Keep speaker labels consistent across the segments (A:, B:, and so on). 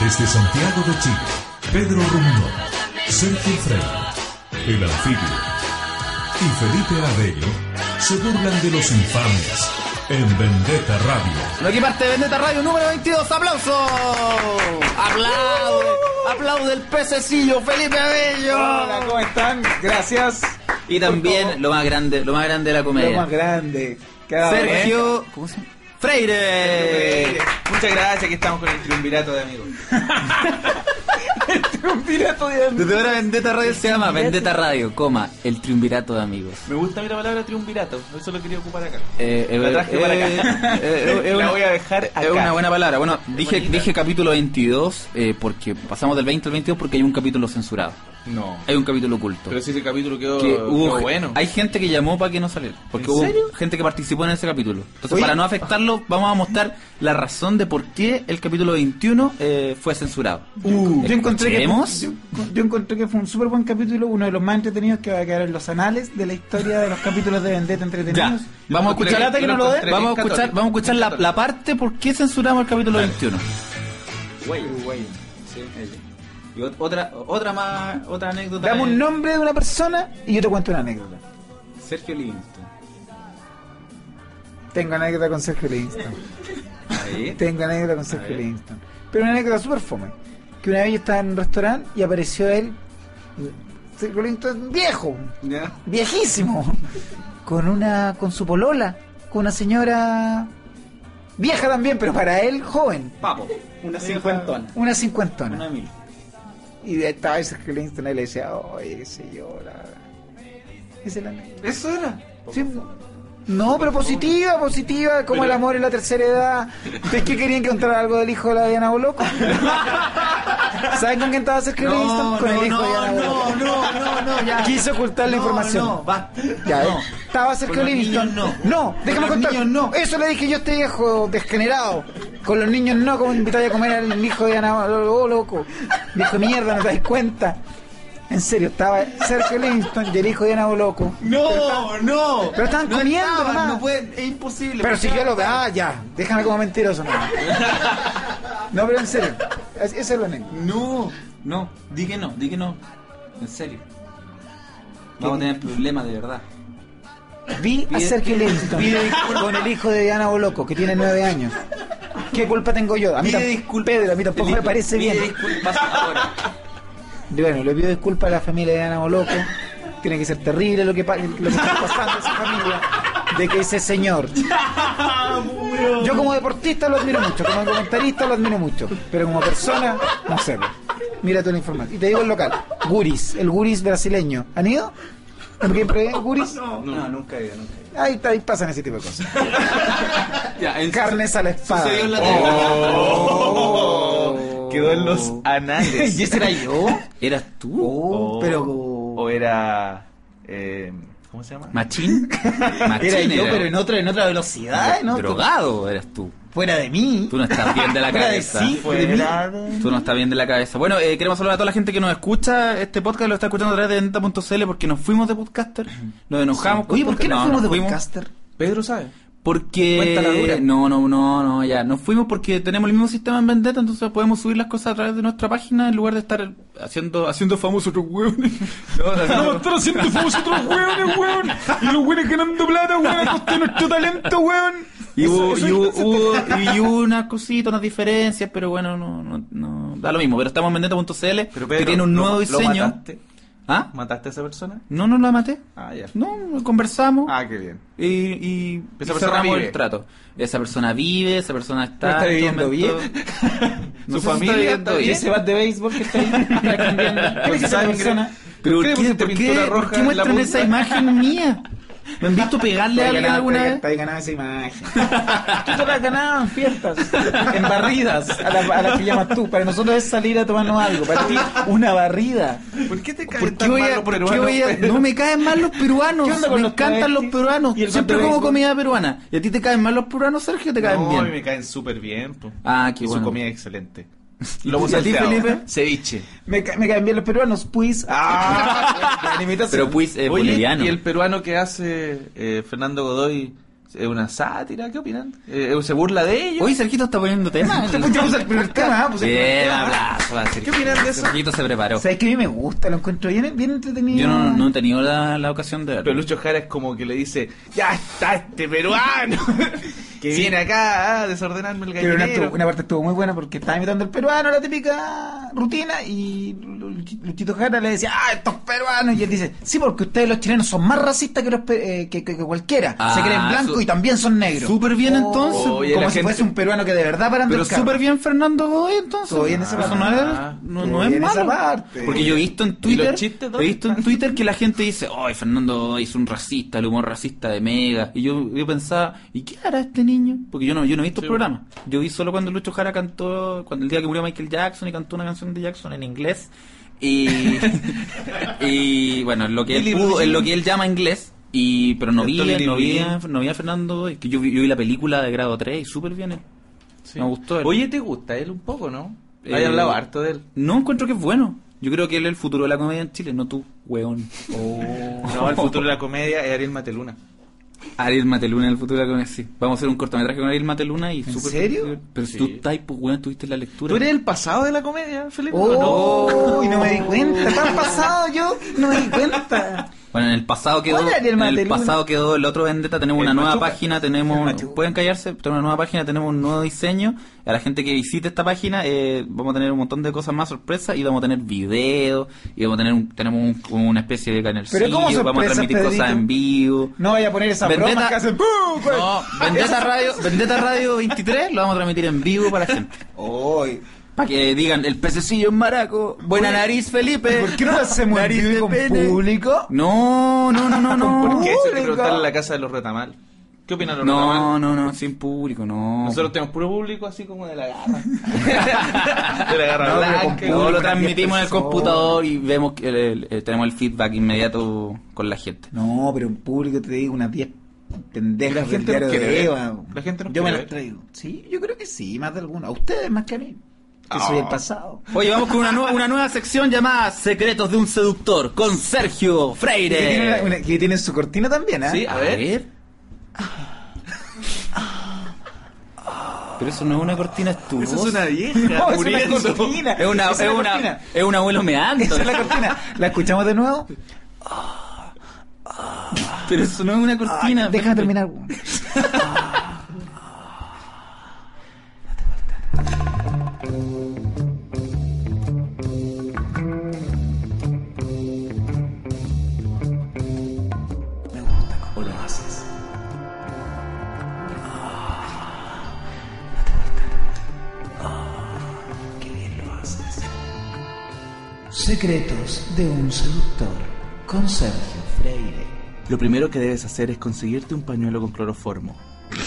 A: Desde Santiago de Chile, Pedro Ruminó, Sergio Freire, el anfibio y Felipe Abello se burlan de los infames en Vendetta Radio.
B: Lo que parte de Vendetta Radio número 22, aplausos. Aplaude, aplaude el pececillo, Felipe Abello.
C: Hola, ¿cómo están? Gracias.
B: Y también lo más grande, lo más grande de la
C: Lo
B: comedia.
C: más grande. Cada
D: ¿eh?
C: vez-
B: Sergio, eh, ¿cómo se llama? Freire.
D: Muchas gracias, aquí estamos con el triunvirato de amigos.
C: Un pirato de
B: Desde ahora Vendetta Radio se llama Vendetta Radio, coma, el triunvirato de amigos.
D: Me gusta a mí la palabra triunvirato, eso lo quería ocupar acá.
B: Eh, eh,
D: La traje para acá.
B: eh, eh, eh,
D: La
B: una-
D: voy a dejar acá.
B: Es una buena palabra. Bueno, dije,
D: bonita.
B: dije capítulo 22 eh, porque pasamos del 20 al 22 porque hay un capítulo censurado.
D: No.
B: Hay un capítulo oculto.
D: Pero si ese capítulo quedó,
B: que hubo
D: quedó
B: ge-
D: bueno.
B: Hay gente que llamó para que no saliera. Porque
D: ¿En
B: hubo
D: serio?
B: gente que participó en ese capítulo. Entonces,
C: Oye.
B: para no afectarlo, vamos a mostrar la razón de por qué el capítulo 21 eh, fue censurado. Uh,
C: yo encontré que
B: ¿Escuchemos?
C: yo, yo encontré que fue un súper buen capítulo, uno de los más entretenidos que va a quedar en los anales de la historia de los capítulos de Vendetta
B: Ya.
C: entretenidos.
B: Vamos a
D: Yo
B: escuchar,
D: encontré- yo lo encontré
B: vamos a
D: bien
B: escuchar,
D: católico.
B: vamos a escuchar la, la parte por qué censuramos el capítulo 21. Y ot- otra, otra más, otra anécdota.
C: Dame un
B: de
C: nombre de una persona y yo te cuento una anécdota.
B: Sergio Livingston.
C: Tengo anécdota con Sergio Livingston.
B: Ahí.
C: Tengo anécdota con Sergio Livingston. Pero una anécdota súper fome. Que una vez yo estaba en un restaurante y apareció él. Sergio Livingston viejo,
D: Ya.
C: viejísimo. Con una. con su polola. Con una señora. Vieja también, pero para él joven.
D: Papo.
E: Una cincuentona.
C: Una
E: Una
C: cincuentona.
E: mil.
C: Y estaba Sergio Livingston y le decía, oye, qué sé yo, la Esa es la anécdota.
D: Eso era.
C: Sí. No, pero positiva, positiva, como el amor en la tercera edad. ¿Ustedes qué querían que contara algo del hijo de la Diana Boloco? ¿Saben con quién estaba Sergio Livingston?
B: No,
C: con
B: no,
C: el hijo de
B: no,
C: Diana
B: no,
C: Boloco.
B: no, no, no, ya.
C: Quiso ocultar la
B: No,
C: información.
B: No, basta.
C: Ya,
B: No.
C: eh. Estaba Sergio
B: Con los
C: Livingston.
B: niños
C: no, déjame
B: Con los
C: contar.
B: niños no.
C: Eso le dije yo a este viejo desgenerado. Con los niños no, como invitáis a comer al hijo de Ana oh, loco. Viejo mierda, no te das cuenta. En serio, estaba Sergio Livingston y el hijo de Ana oh, Boloco.
B: No, no.
C: Pero estaban
B: no
C: comiendo,
B: estaban,
C: nomás.
B: no pueden, es imposible.
C: Pero si yo lo veo, ah, ya, déjame como mentiroso. No, no pero en serio, es- esa es la anécdota.
B: No, no, di que no, di que no. En serio. Vamos a tener problemas de verdad.
C: Vi a
B: Pide-
C: Sergio Livingston
B: pide disculpas.
C: con el hijo de Diana Boloco, que tiene nueve años. ¿Qué culpa tengo yo? A mí,
B: Pide
C: tam-
B: disculpas.
C: Pedro, a mí tampoco
B: Felipe,
C: me parece
B: pide
C: bien.
B: disculpas ahora.
C: Bueno, le pido disculpas a la familia de Diana Boloco. Tiene que ser terrible lo que, pa- lo que está pasando a esa familia. De que ese señor. Yo como deportista lo admiro mucho, como comentarista lo admiro mucho, pero como persona, no sé. pues. Mira toda la información. Y te digo el local, Guris, el Guris brasileño. ¿Han ido? ¿Alguien prevé Guris?
D: No, nunca había, nunca.
C: Ahí, está- ahí pasan ese tipo de cosas.
B: Ya, en
C: Carnes a la espada.
B: sucedió en la tele.
D: Oh.
C: Oh.
B: Oh.
D: Quedó en los anales.
B: ¿Y ese era yo? ¿Eras tú?
C: Oh,
D: O
C: pero
D: era. eh, ¿Cómo se llama?
B: ¿Machín? Machín
E: Era yo, pero en otra, en otra velocidad, ¿no?
B: Drogado eras tú.
E: Fuera de mí.
B: Tú no estás bien de la
E: Fuera de
B: cabeza.
E: sí, de mí.
D: Fuera de-
B: Tú no estás bien de la cabeza. Bueno, eh, queremos saludar a toda la gente que nos escucha. Este podcast lo está escuchando a través de Venta.cl porque nos fuimos de podcaster. Nos enojamos. con
E: Oye, ¿por qué
B: podcast-
E: no fuimos de
B: nos
E: podcaster?
D: Pedro sabe. Cuéntala
B: Porque
D: dura.
B: no, no, no, no, ya nos fuimos porque tenemos el mismo sistema en Vendetta, entonces podemos subir las cosas a través de nuestra página en lugar de estar haciendo haciendo famosos otros hueones. No, haciendo-
D: estar haciendo famosos otros hueones, hueón. Y los hueones ganando plata, hueón, a costa de nuestro talento, hueón.
B: y hubo, y hubo- hubo- y hubo unas cositas, unas diferencias, pero bueno, no, no, no, da lo mismo. Pero estamos en Vendetta.cl
D: Pero
B: que
D: Pedro,
B: tiene un
D: ¿lo-
B: nuevo
D: lo
B: diseño.
D: mataste?
B: ¿Ah?
D: ¿Mataste a esa persona?
B: No, no la maté.
D: Ah, ya.
B: No, conversamos.
D: Ah, qué bien.
B: Y, y, y
D: Esa persona
B: cerramos
D: vive.
B: el trato. Esa persona vive, esa persona está.
E: Está
B: en este
E: viviendo
B: momento- No sé
D: Su
B: si está
D: familia
B: viviendo
D: está
E: Y
B: bien.
E: ese este bat de béisbol que está ahí. cambiando. ¿Qué
D: Con
E: es esa
D: sangre.
E: persona?
B: ¿Pero
D: ¿Por
B: por
D: qué le
B: qué,
D: pusiste
B: por qué,
D: pintura
B: por
D: roja
B: qué
D: en la
B: muestran
D: punta?
B: esa imagen mía? ¿Me han visto pegarle a
C: Te
B: alguien
C: has ganado-
B: alguna
C: te has-
B: vez?
C: te has ganado esa imagen.
E: Tú te la ganabas en fiestas, en barridas, a la, a la que llamas tú. Para nosotros es salir a tomarnos algo. Para ti, una barrida.
D: ¿Por qué te
B: ¿Por
D: caen
B: qué
D: tan
B: voy
D: mal
B: a,
D: los
B: por qué
D: peruanos,
B: voy a-
D: Pedro?
B: No me caen mal los peruanos.
E: ¿Qué onda con
B: me
E: los
B: encantan los
E: travestis?
B: peruanos.
E: ¿Y el
B: Siempre como
E: contrabéisbol?
B: comida peruana. ¿Y a ti te caen mal los peruanos, Sergio? o ¿Te caen
D: no, a mí
B: bien?
D: me caen súper bien. po.
B: Ah, qué
D: Y
B: bueno.
D: Su comida es excelente.
B: ¿Y
D: Lobo
B: tú- y a ti,
D: salteado.
B: Felipe?
D: Ceviche.
C: Me, ca- me caen bien los peruanos, pues.
D: Ah,
C: Ah.
B: Pero pues, eh,
D: Oye,
B: boliviano.
D: y el peruano que hace eh, Fernando Godoy
B: ¿Es una sátira? ¿Qué opinan? Eh, ¿Se burla de ellos?
F: Oye, Sergito está poniendo temas.
C: Te pusimos el primer tema, ah, pues el primer
B: Bien,
C: tema.
B: abrazo. a Sergio.
C: ¿Qué opinan de eso?
B: Sergito se preparó.
C: ¿Sabes que a mí me gusta? Lo encuentro bien, bien entretenido.
B: Yo no, no he tenido la, la ocasión de
D: Pero
B: verlo.
D: Lucho Jara es como que le dice, ya está este peruano. que
B: bien.
D: viene acá a desordenarme el
C: Pero una,
D: gallinero.
C: estuvo- una parte estuvo muy buena porque estaba imitando al peruano, la típica rutina, y Luch- Luchito Jara le decía, ah, estos peruanos, y él dice, sí, porque ustedes los chilenos son más racistas que, los pe- eh, que, que- que cualquiera, se
B: Ah,
C: creen blancos
B: su-
C: y también son negros. Oh,
B: Súper bien entonces.
D: Oye,
C: Como
D: la
C: si
D: gente-
C: fuese un peruano que de verdad para
B: Pero súper bien Fernando Godoy entonces.
C: Todo bien esa
B: Eso
C: parte.
B: no es,
D: Ah,
B: no,
C: todo
B: no es
C: bien esa
B: malo.
C: parte.
B: Porque yo he visto en Twitter,
D: los chistes,
B: he
D: dónde
B: visto en Twitter que la gente dice, "Ay, Fernando Godoy es un racista, el humor racista de Mega." Y yo, yo pensaba, ¿y qué hará este niño? Porque yo no yo no he visto el programa. Yo vi solo cuando Lucho Jara cantó cuando el día que murió Michael Jackson y cantó una canción de Jackson en inglés. Y, y bueno, lo que él pudo- en lo que él llama inglés y pero no vi,
D: Esto,
B: no vi,
D: Bilibili.
B: no vi a Fernando, Godoy, que yo vi, yo vi la película de grado 3 y súper bien él.
D: Sí.
B: Me gustó él.
D: Oye, ¿te gusta él un poco, no?
B: Eh,
D: Hay hablado harto de él.
B: No encuentro que es bueno. Yo creo que él es el futuro de la comedia en Chile, no tú, weón. oh.
D: No, el futuro de la comedia es Ariel Mateluna.
B: Ariel Mateluna en el futuro de la comedia, sí. Vamos a hacer un cortometraje con Ariel Mateluna y ¿En
C: serio?
B: Pero si
D: Sí.
B: tú estás, pues, weón, tuviste la lectura.
D: ¿Tú eres el
C: Ah,
D: pasado de la comedia, Felipe?
C: Oh, y no me di cuenta, tan pasado yo, no me di cuenta.
B: Bueno, en el pasado quedó.
C: Hola,
B: en
C: Ariel
B: el
C: Mateluna.
B: pasado quedó el otro vendetta. Tenemos
D: El
B: una nueva
D: Machuca.
B: página.
C: El
B: Tenemos.
C: Machuca.
B: Pueden callarse. Tenemos una nueva página. Tenemos un nuevo diseño. A la gente que visite esta página, eh, vamos a tener un montón de cosas más sorpresas. Y vamos a tener videos. Y vamos a tener un, tenemos un- como una especie de
C: Pero
B: canalcillo.
C: ¿cómo
B: Vamos a
C: sorpresas,
B: transmitir cosas
C: Pedrito?
B: en vivo.
C: No vaya a poner esas
B: Vendetta-
C: bromas que hacen. Pues, "Bú, güey".
B: No, Vendetta Radio, Vendetta Radio 23 lo vamos a transmitir en vivo para la gente.
C: Oy.
B: Para que digan, el pececillo es maraco, buena nariz Felipe.
C: ¿Por qué no lo hacemos en
B: Nariz
C: vivo y
B: de
C: con
B: pene.
C: público?
B: No, no, no, no, no.
D: ¿Por qué? Eso hay que
C: Público.
D: preguntarle a la casa de los retamal. ¿Qué opinan los
B: No,
D: retamal?
B: no, no, sin público, no.
D: Nosotros tenemos puro público así como de la garra. de la garra
C: No, pero con
D: blanca.
C: público.
B: No, lo transmitimos en el
C: Personas.
B: computador y vemos que el- el- eh, tenemos el feedback inmediato con la gente.
C: No, pero en público te digo unas 10
D: La
C: pendejas del
D: gente
C: diario
D: nos
C: de
D: quiere ver.
C: Eva.
D: La gente nos
C: Yo me
D: quiere
C: las
D: ver.
C: traigo. Sí, yo creo que sí, más de alguna. A ustedes más que a mí. Que
D: Ah.
C: soy el pasado.
B: Oye, vamos con una nueva, una nueva sección llamada Secretos de un seductor con Sergio
C: Que tienen,
B: Freire.
C: una- una- que tienen su cortina también, ¿ah?
D: Sí, a ver.
B: Pero eso no es una cortina, es tu
D: Eso
B: voz.
D: es una vieja.
C: No, es una
D: muriendo.
C: cortina.
B: Es una,
C: Esa
B: es
C: es la
B: una,
C: cortina.
B: es un abuelo meando.
C: Esa es la cortina. ¿La escuchamos de nuevo?
B: Pero eso no es una
C: Ay,
B: cortina.
C: déjame terminar. Ah, Secretos de un seductor con Sergio Freire.
D: Lo primero que debes hacer es conseguirte un pañuelo con cloroformo.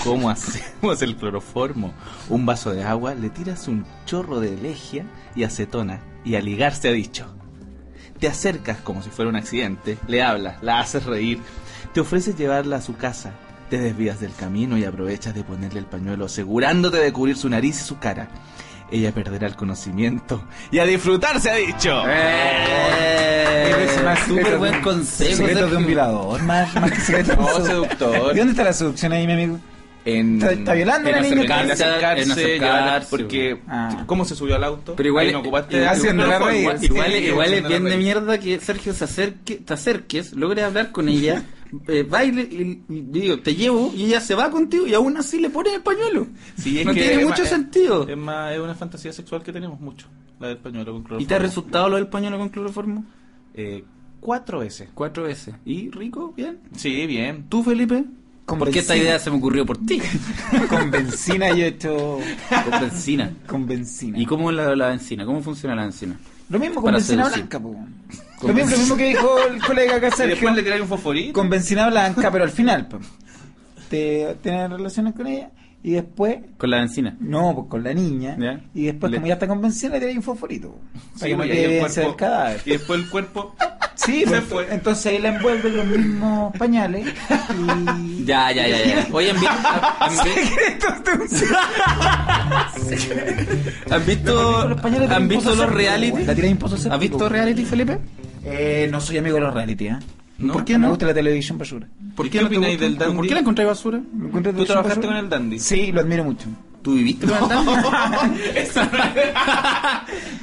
D: ¿Cómo hacemos el cloroformo? Un vaso de agua, le tiras un chorro de legia y acetona y a ligar se ha dicho. Te acercas como si fuera un accidente, le hablas, la haces reír, te ofreces llevarla a su casa, te desvías del camino y aprovechas de ponerle el pañuelo asegurándote de cubrir su nariz y su cara. Ella perderá el conocimiento y a disfrutar se ha dicho.
C: Eres más
B: Súper
C: secreto de
B: buen
C: un-
B: consejo.
C: Secretos de un
B: Sergio.
C: violador, más, más que secretos de un
D: No,
C: seductor.
D: seductor.
C: ¿Y dónde está la seducción ahí, mi amigo?
D: en
C: Está- está violando
D: en
C: a la niña.
D: acercarse, en acercarse,
B: En acercarse,
D: llevarla- porque
C: Ah.
D: cómo se subió al auto
B: Pero igual-
D: Ahí no ocupaste
B: eh,
C: haciendo la
D: igual-
C: reír.
D: igual-
B: Igual,
D: sí,
B: igual es
D: haciendo la
B: bien de
D: reír.
B: mierda que Sergio se acerque, te acerques, logres hablar con ella, eh, baile, y, y digo, te llevo y ella se va contigo y aún así le pones el pañuelo.
D: Sí, es
B: no
D: que
B: tiene
D: es
B: mucho
D: más-
B: sentido.
D: es más es una fantasía sexual que tenemos mucho la del pañuelo con cloroformo
B: ¿Y te ha resultado lo del pañuelo con cloroformo?
D: Eh, cuatro veces
B: Cuatro veces. ¿Y rico? ¿Bien?
D: sí bien
B: ¿Tú, Felipe?
C: Con
B: Porque esta
C: benzina.
B: idea se me ocurrió por ti.
C: Con benzina yo he hecho...
B: con benzina.
C: Con benzina.
B: ¿Y cómo es la, la benzina? ¿Cómo funciona la benzina?
C: Lo mismo con
B: Para
C: benzina
B: seducir.
C: blanca, po. Lo mismo, lo mismo que dijo el colega acá,
D: y después
C: Sergio.
D: le tiráis un fosforito
C: Con benzina blanca, pero al final, po. Te tienes relaciones con ella y después...
B: Con la benzina.
C: No, pues con la niña.
B: Ya.
C: Y después,
B: Le-
C: como ya está con benzina, le tiras un fosforito. po,
D: Sí,
C: Para que no
D: y ahí el
C: quede
D: cuerpo-
C: hacia el cadáver.
D: y después el cuerpo
C: Sí,
D: Se
C: pues,
D: fue.
C: entonces ahí la envuelve en los mismos pañales y...
B: Ya, ya, ya, ya. Oye, ¿han, vi- han vi- ¿Han visto,
C: Los pañales de
B: ¿han
C: Imposo
B: visto los
C: Séptico,
B: reality?
C: güey. La tira de Imposo
B: ¿Has
C: Séptico.
B: visto reality, Felipe?
C: Eh, no soy amigo de los reality, ¿eh?
D: ¿no?
B: ¿Por qué
C: Me
B: no?
C: gusta la televisión basura.
D: ¿Y
B: ¿Por
D: qué
B: qué, no te
D: opináis
B: gusta?
D: del Dandy?
B: ¿Por qué la encontráis basura?
C: ¿Lo encuentras
D: ¿Tú
C: televisión
D: trabajaste con
C: basura?
D: el Dandy?
C: Sí, lo admiro mucho.
B: ¿Tú viviste con el Dandy?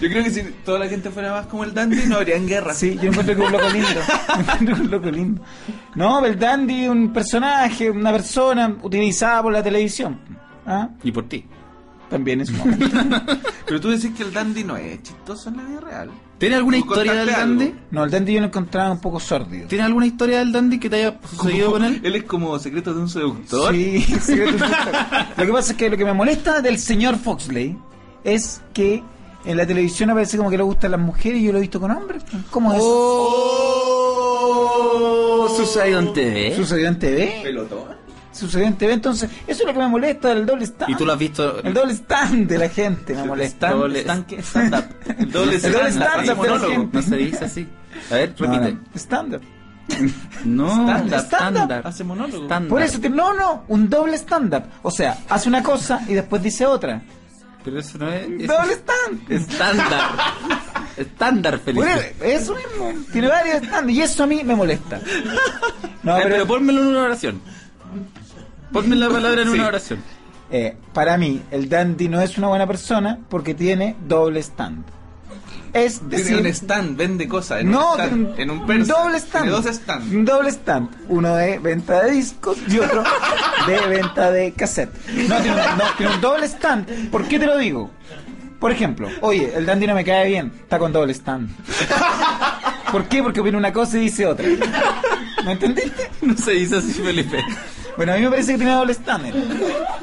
D: Yo creo que si toda la gente fuera más como el Dandy, no habrían guerra.
C: Sí, yo encuentro que es un loco lindo. Encuentro que es un loco lindo. No, pero el dandy, un personaje, una persona utilizada por la televisión. ¿Ah?
B: y por ti.
C: También es un hombre.
D: Pero tú decís que el Dandy no es chistoso en la vida real.
B: ¿Tienes alguna
D: ¿Tú
B: historia del
D: contaste
B: Dandy?
D: algo?
C: No, el dandy yo lo encontraba un poco sórdido.
B: ¿Tienes alguna historia del Dandy que te haya sucedido con él?
D: Él es como secreto de un seductor.
C: Sí, sí, yo te entiendo. Lo que pasa es que lo que me molesta del señor Foxley es que en la televisión aparece como que le gustan las mujeres y yo lo he visto con hombres. ¿Cómo es?
B: ¡Oh! Sucedió en TV.
C: Sucedió en TV.
D: Pelotón.
C: Sucedió en TV. Entonces, eso es lo que me molesta del doble stand.
B: Y tú lo has visto.
C: El doble stand de la gente me molesta.
B: Doble-
D: Estanque, stand-up. El doble
C: El doble
D: stand-up.
C: stand-up,
D: Hacemos
C: pero
D: monólogo.
B: No se dice así. A ver,
C: No,
B: repite.
C: no, Stand-up.
B: No,
D: Estándar,
B: estándar.
D: Hace monólogo.
B: Estándar.
C: Por eso, que- no, no, un doble stand-up. O sea, hace una cosa y después dice otra.
B: Pero eso no es. es-
C: Doble stand.
B: Estándar. Estándar, Felipe. Eh,
C: Bueno, eso mismo. Tiene varios stand y eso a mí me molesta. No,
B: Ay, pero,
C: pero
B: pónmelo en una oración. Ponme la palabra en una oración.
C: eh, para mí el dandy no es una buena persona porque tiene doble stand. Es
D: Tiene un
C: decir,
D: stand, vende cosas. En
C: no,
D: un stand, en un persa.
C: doble stand.
D: Tiene dos stand.
C: Un doble stand. Uno de venta de discos y otro de venta de cassette. No, tiene un, no, tiene un doble stand. ¿Por qué te lo digo? Por ejemplo, oye, el dandy no me cae bien, está con doble stand. ¿Por qué? Porque opina una cosa y dice otra. ¿Me entendiste?
B: No se dice así, Felipe.
C: Bueno, a mí me parece que tiene doble estándar.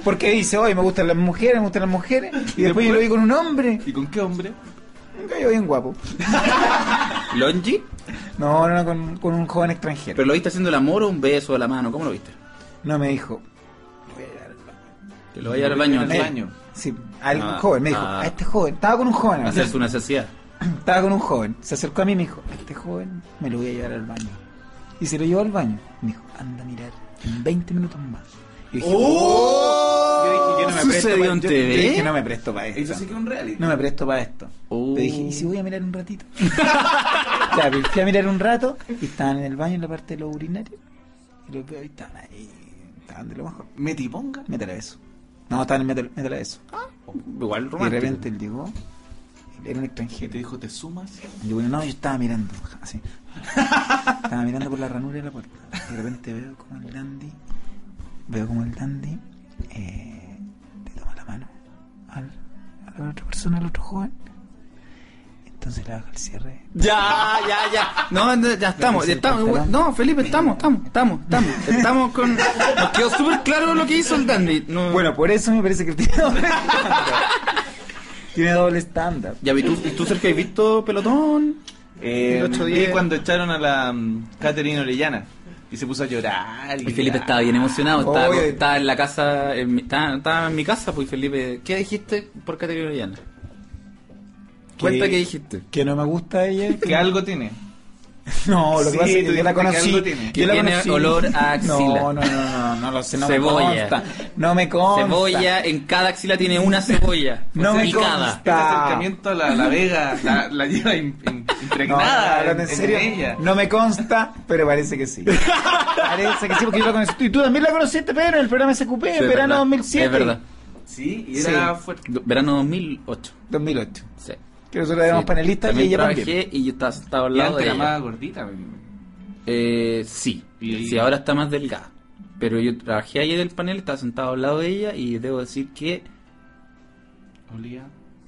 C: Porque dice, hoy me gustan las mujeres, me gustan las mujeres. Y después yo lo vi con un hombre.
D: ¿Y con qué hombre?
C: Un gallo bien guapo.
B: ¿Longi?
C: No, no, no, con, con un joven extranjero.
B: ¿Pero lo viste haciendo el amor o un beso a la mano? ¿Cómo lo viste?
C: No me dijo.
B: Que lo vaya al baño.
D: Al
B: ¿sí?
D: baño.
C: Sí, al
B: Ah,
C: joven, me dijo,
B: ah.
C: a este joven. Estaba con un joven.
B: A
C: además.
B: Hacer su necesidad.
C: Estaba con un joven. Se acercó a mí y me dijo, a este joven me lo voy a llevar al baño. Y se lo llevó al baño. Me dijo, anda a mirar en 20 minutos más. Y dije,
B: ¡Oh!
C: yo dije, yo no me presto
B: ¿Sucedió
C: pa-
B: en
C: yo-
B: TV?
C: yo dije, no me presto para
D: Eso
C: esto.
D: sí que es un reality.
C: No me presto para esto.
B: Oh.
C: Le dije, ¿y si voy a mirar un ratito? ya, pues, fui a mirar un rato y estaban en el baño en la parte de los urinarios. Y los veo y estaban ahí, estaban de lo mejor.
D: ¿Me tiponga?
C: Métale beso. No, estaban en métale, métale beso.
B: Igual
C: y de
B: romántico.
C: repente él llegó, era
D: ¿Qué
C: un
D: te
C: extranjero.
D: dijo? ¿Te sumas?
C: Y yo, bueno, no, yo estaba mirando, así. Estaba mirando por la ranura de la puerta. Y de repente veo como el dandy, veo como el dandy eh, te toma la mano al, a la otra persona, al otro joven. Entonces le baja el cierre
B: Ya, ya, ya. No, no, ya estamos, ya estamos. No, Felipe, estamos, estamos, estamos, estamos. Estamos con. Nos quedó súper claro lo que hizo el Dandy. No.
C: Bueno, por eso me parece que tiene doble estándar. tiene doble estándar.
B: Ya, ¿y tú, y tú Sergio, has visto pelotón?
D: Eh,
B: El otro
D: vi
B: día-
D: cuando echaron a la mm, Catherine Orellana y se puso a llorar.
B: Y Felipe estaba bien emocionado, estaba,
C: Oye.
B: estaba en la casa, en mi- estaba, estaba en mi casa, pues Felipe, ¿qué dijiste por Caterina Orellana? Cuenta qué dijiste.
C: Que no me gusta ella.
D: Que algo tiene. Este
C: No, lo que
D: Sí,
C: pasa es
D: tú
C: que yo la
D: dijiste que
C: conocí.
D: algo tiene.
C: yo la
B: Que tiene
C: conocí.
B: olor a axila.
C: No, no, no, no, no lo sé. No me
B: Cebolla.
C: consta. No me consta.
B: Cebolla, en cada axila tiene una cebolla.
C: No me
B: picada.
C: consta.
D: Este
C: Ta.
D: acercamiento a la, la vega la, la lleva im- im-
C: No,
D: impregnada
C: no, no,
D: en,
C: en
D: en
C: serio,
D: ella.
C: no me consta, pero parece que sí. Parece que sí, porque yo la conocí. Y tú también la conociste, Pedro, en el programa SQP,
B: Sí,
C: en
B: es
C: verano
B: verdad,
C: 2007.
B: Es verdad.
D: Sí, y era
C: Sí.
D: fuerte.
B: Do- Verano 2008.
C: 2008.
B: Sí.
C: Que nosotros éramos
B: Sí.
C: panelistas y
B: También
C: ella
B: trabajé
C: también.
B: y yo estaba, estaba al
D: Y
B: lado
D: antes
B: de
D: era
B: ella.
D: más gordita. me-
B: Eh, sí,
D: Y-
B: sí, ahora está más delgada. Pero yo trabajé ayer el panel, estaba sentado al lado de ella y debo decir que
D: Olía.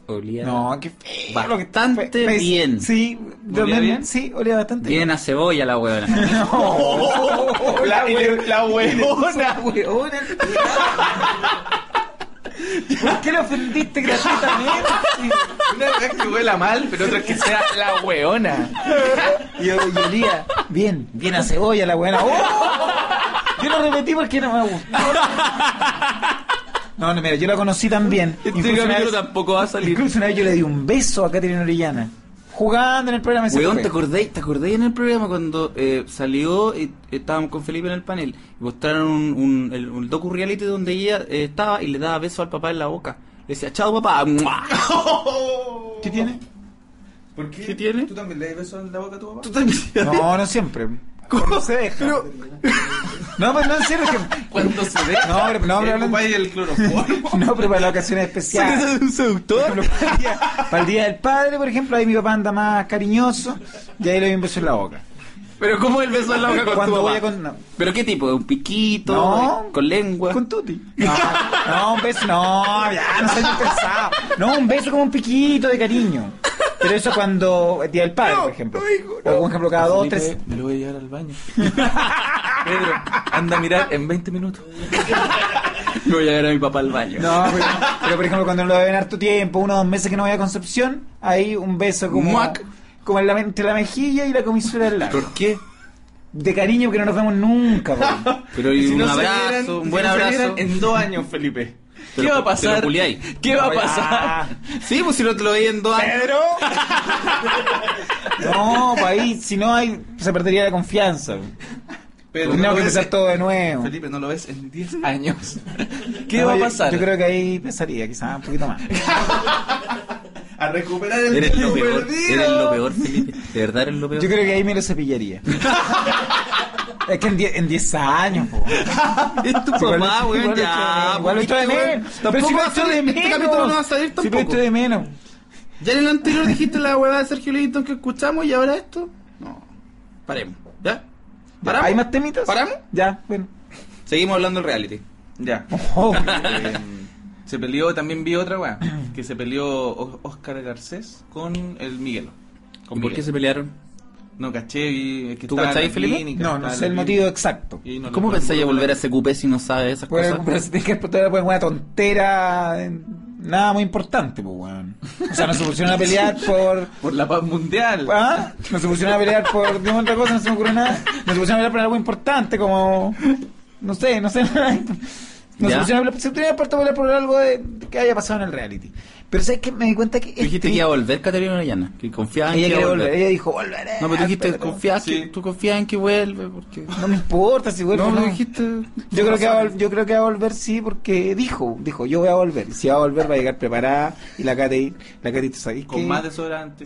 B: olía
C: No, qué feo. lo que-
B: Bastante
C: fe- fe-
B: bien.
C: Sí,
D: ¿Olía
C: también-
D: bien?
C: sí, olía bastante
B: bien a cebolla la huevona.
C: la,
D: huevona.
C: weona. ¿Por qué le ofendiste gratuitamente?
D: Una es que huela mal, pero otra es que sea la weona.
C: Y yo y olía bien, bien a cebolla la buena. Yo lo repetí porque no me gustó. No, no, mira, yo la conocí también.
B: Este
C: Incluso una
B: capítulo
C: vez-
B: tampoco va a salir.
C: Incluso una vez yo le di un beso a Caterina Orellana. Jugando en el programa. ese
B: Weón,
C: fue.
B: ¿te acordáis, ¿te acordáis en el programa cuando eh, salió y estábamos con Felipe en el panel y mostraron un, un, el- un docu reality donde ella eh, estaba y le daba besos al papá en la boca? Le decía, chao papá. ¡Mua!
C: ¿Qué tiene?
D: ¿Por qué?
B: ¿Qué tiene?
D: ¿Tú también le das besos en la boca a tu papá?
B: Tú también-
C: No, no siempre. ¿Cómo se deja? No, pero no, en serio, es que...
D: Cuando se ve.
C: No, pero- no, pero hablando-
D: el cloroformo.
C: No, pero para las ocasiones especiales.
D: ¿Eres un seductor?
C: Para el día- para el día del padre, por ejemplo, ahí mi papá anda más cariñoso y ahí le doy un beso en la boca.
D: Pero ¿cómo el beso en la boca con
C: Cuando
D: tu
C: voy
D: papá?
C: a con, no,
B: ¿Pero qué tipo? ¿Un piquito?
C: No.
B: ¿Con lengua?
C: con Tuti. No, no, un beso, no, ya, no soy tan pesado. No, un beso como un piquito de cariño. Pero eso cuando el día del padre, por ejemplo. O por ejemplo cada dos, tres.
D: Me lo voy a llevar al baño. Pedro, anda a mirar en 20 minutos.
B: Me voy a llevar a mi papá al baño.
C: No, pero, pero, por ejemplo cuando no lo ven harto tiempo, uno o dos meses que no voy a Concepción, ahí un beso como
D: Muac.
C: como en la, entre la mejilla y la comisura del labio.
B: ¿Por qué?
C: De cariño porque no nos vemos nunca. po.
B: Pero y un
D: no se
B: abrazo,
D: vieran- si
B: un buen
D: no se
B: abrazo.
D: vieran en dos años, Felipe. ¿Qué
B: Pero-
D: va a
B: pero
D: pasar?
B: culiáis.
D: ¿Qué va a
C: Ay,
D: pasar?
C: ah.
B: Sí, pues si no te lo veía en dos años.
C: No, pues ahí, si no hay, se perdería la confianza.
D: Pedro,
C: Tenemos
D: lo
C: que
D: ves
C: empezar
D: en-
C: todo de nuevo.
D: Felipe, no lo ves en 10 años. ¿Qué
C: No,
D: va a
C: yo-
D: pasar?
C: Yo, creo que ahí pesaría, quizás un poquito más.
D: A recuperar el
B: Eres lo
D: tiempo
B: peor,
D: perdido.
B: eres lo peor, Felipe. De verdad eres lo peor.
C: Yo creo que ahí me lo cepillaría. es que en die- en 10 años, po.
B: Es tu
C: Igual-
B: papá,
C: igual
B: weón,
C: lo echo-
B: ya.
C: Igual lo echo de
B: ¿viste, weón?
C: menos. Pero
B: Tampoco
C: si
B: va
C: lo
B: a
C: echo de
B: salir-
C: menos.
B: Este capítulo no va a salir
C: Si lo echo
B: tampoco.
C: de menos.
B: Ya en el anterior dijiste la huevada de Sergio Leighton que escuchamos y ahora esto. No. Paremos. ¿Ya? ¿Paramos?
C: ¿Hay más temitas?
B: ¿Paramos?
C: Ya, bueno.
B: Seguimos hablando del reality.
D: Ya.
C: Oh,
D: Eh, se peleó, también vi otra weá, que se peleó O- Oscar Garcés con el Miguelo. Con
B: ¿Y por qué
D: Miguelo.
B: se pelearon?
D: No caché, vi es que
B: ¿Tú
D: estaba
B: cachai,
D: en la
B: Felipe?
D: clínica,
C: no, no
D: estaba en
C: sé
D: la
C: el
D: clínica.
C: motivo exacto.
D: Y no le
B: ¿Cómo
D: puedo-
B: pensáis a volver a ese cupé si no sabes esas
C: Pues,
B: cosas?
C: pero si tienes que explotar pues, una tontera, eh, nada muy importante, pues, weón. O sea, no se pusieron a pelear por.
D: Por la paz mundial.
C: ¿Ah? No se pusieron a pelear por ninguna otra cosa, no se me ocurre nada. No se pusieron a pelear por algo importante, como. No sé, no sé. No se
B: Ya.
C: pusieron a pelear, se pusieron a pelear por algo de- que haya pasado en el reality. Pero sabes que me di cuenta que.
B: Tú dijiste
C: este-
B: que iba a volver Caterina Orellana, que confiaba en
C: ella
B: que iba
C: quiere
B: a
C: volver.
B: volver.
C: Ella dijo, volveré.
B: No, pero tú dijiste
C: pero-
B: confías que-
D: Sí.
B: tú confías en que vuelve porque
C: No me importa si vuelve.
B: No,
C: o
B: lo dijiste.
C: Yo creo, que va, a vol- yo creo que va a volver, sí, porque dijo, dijo, yo voy a volver. Y Si va a volver, va a llegar preparada. Y la Katy, la Katy, ¿tú sabes
D: Con
C: qué?
D: más desodorante.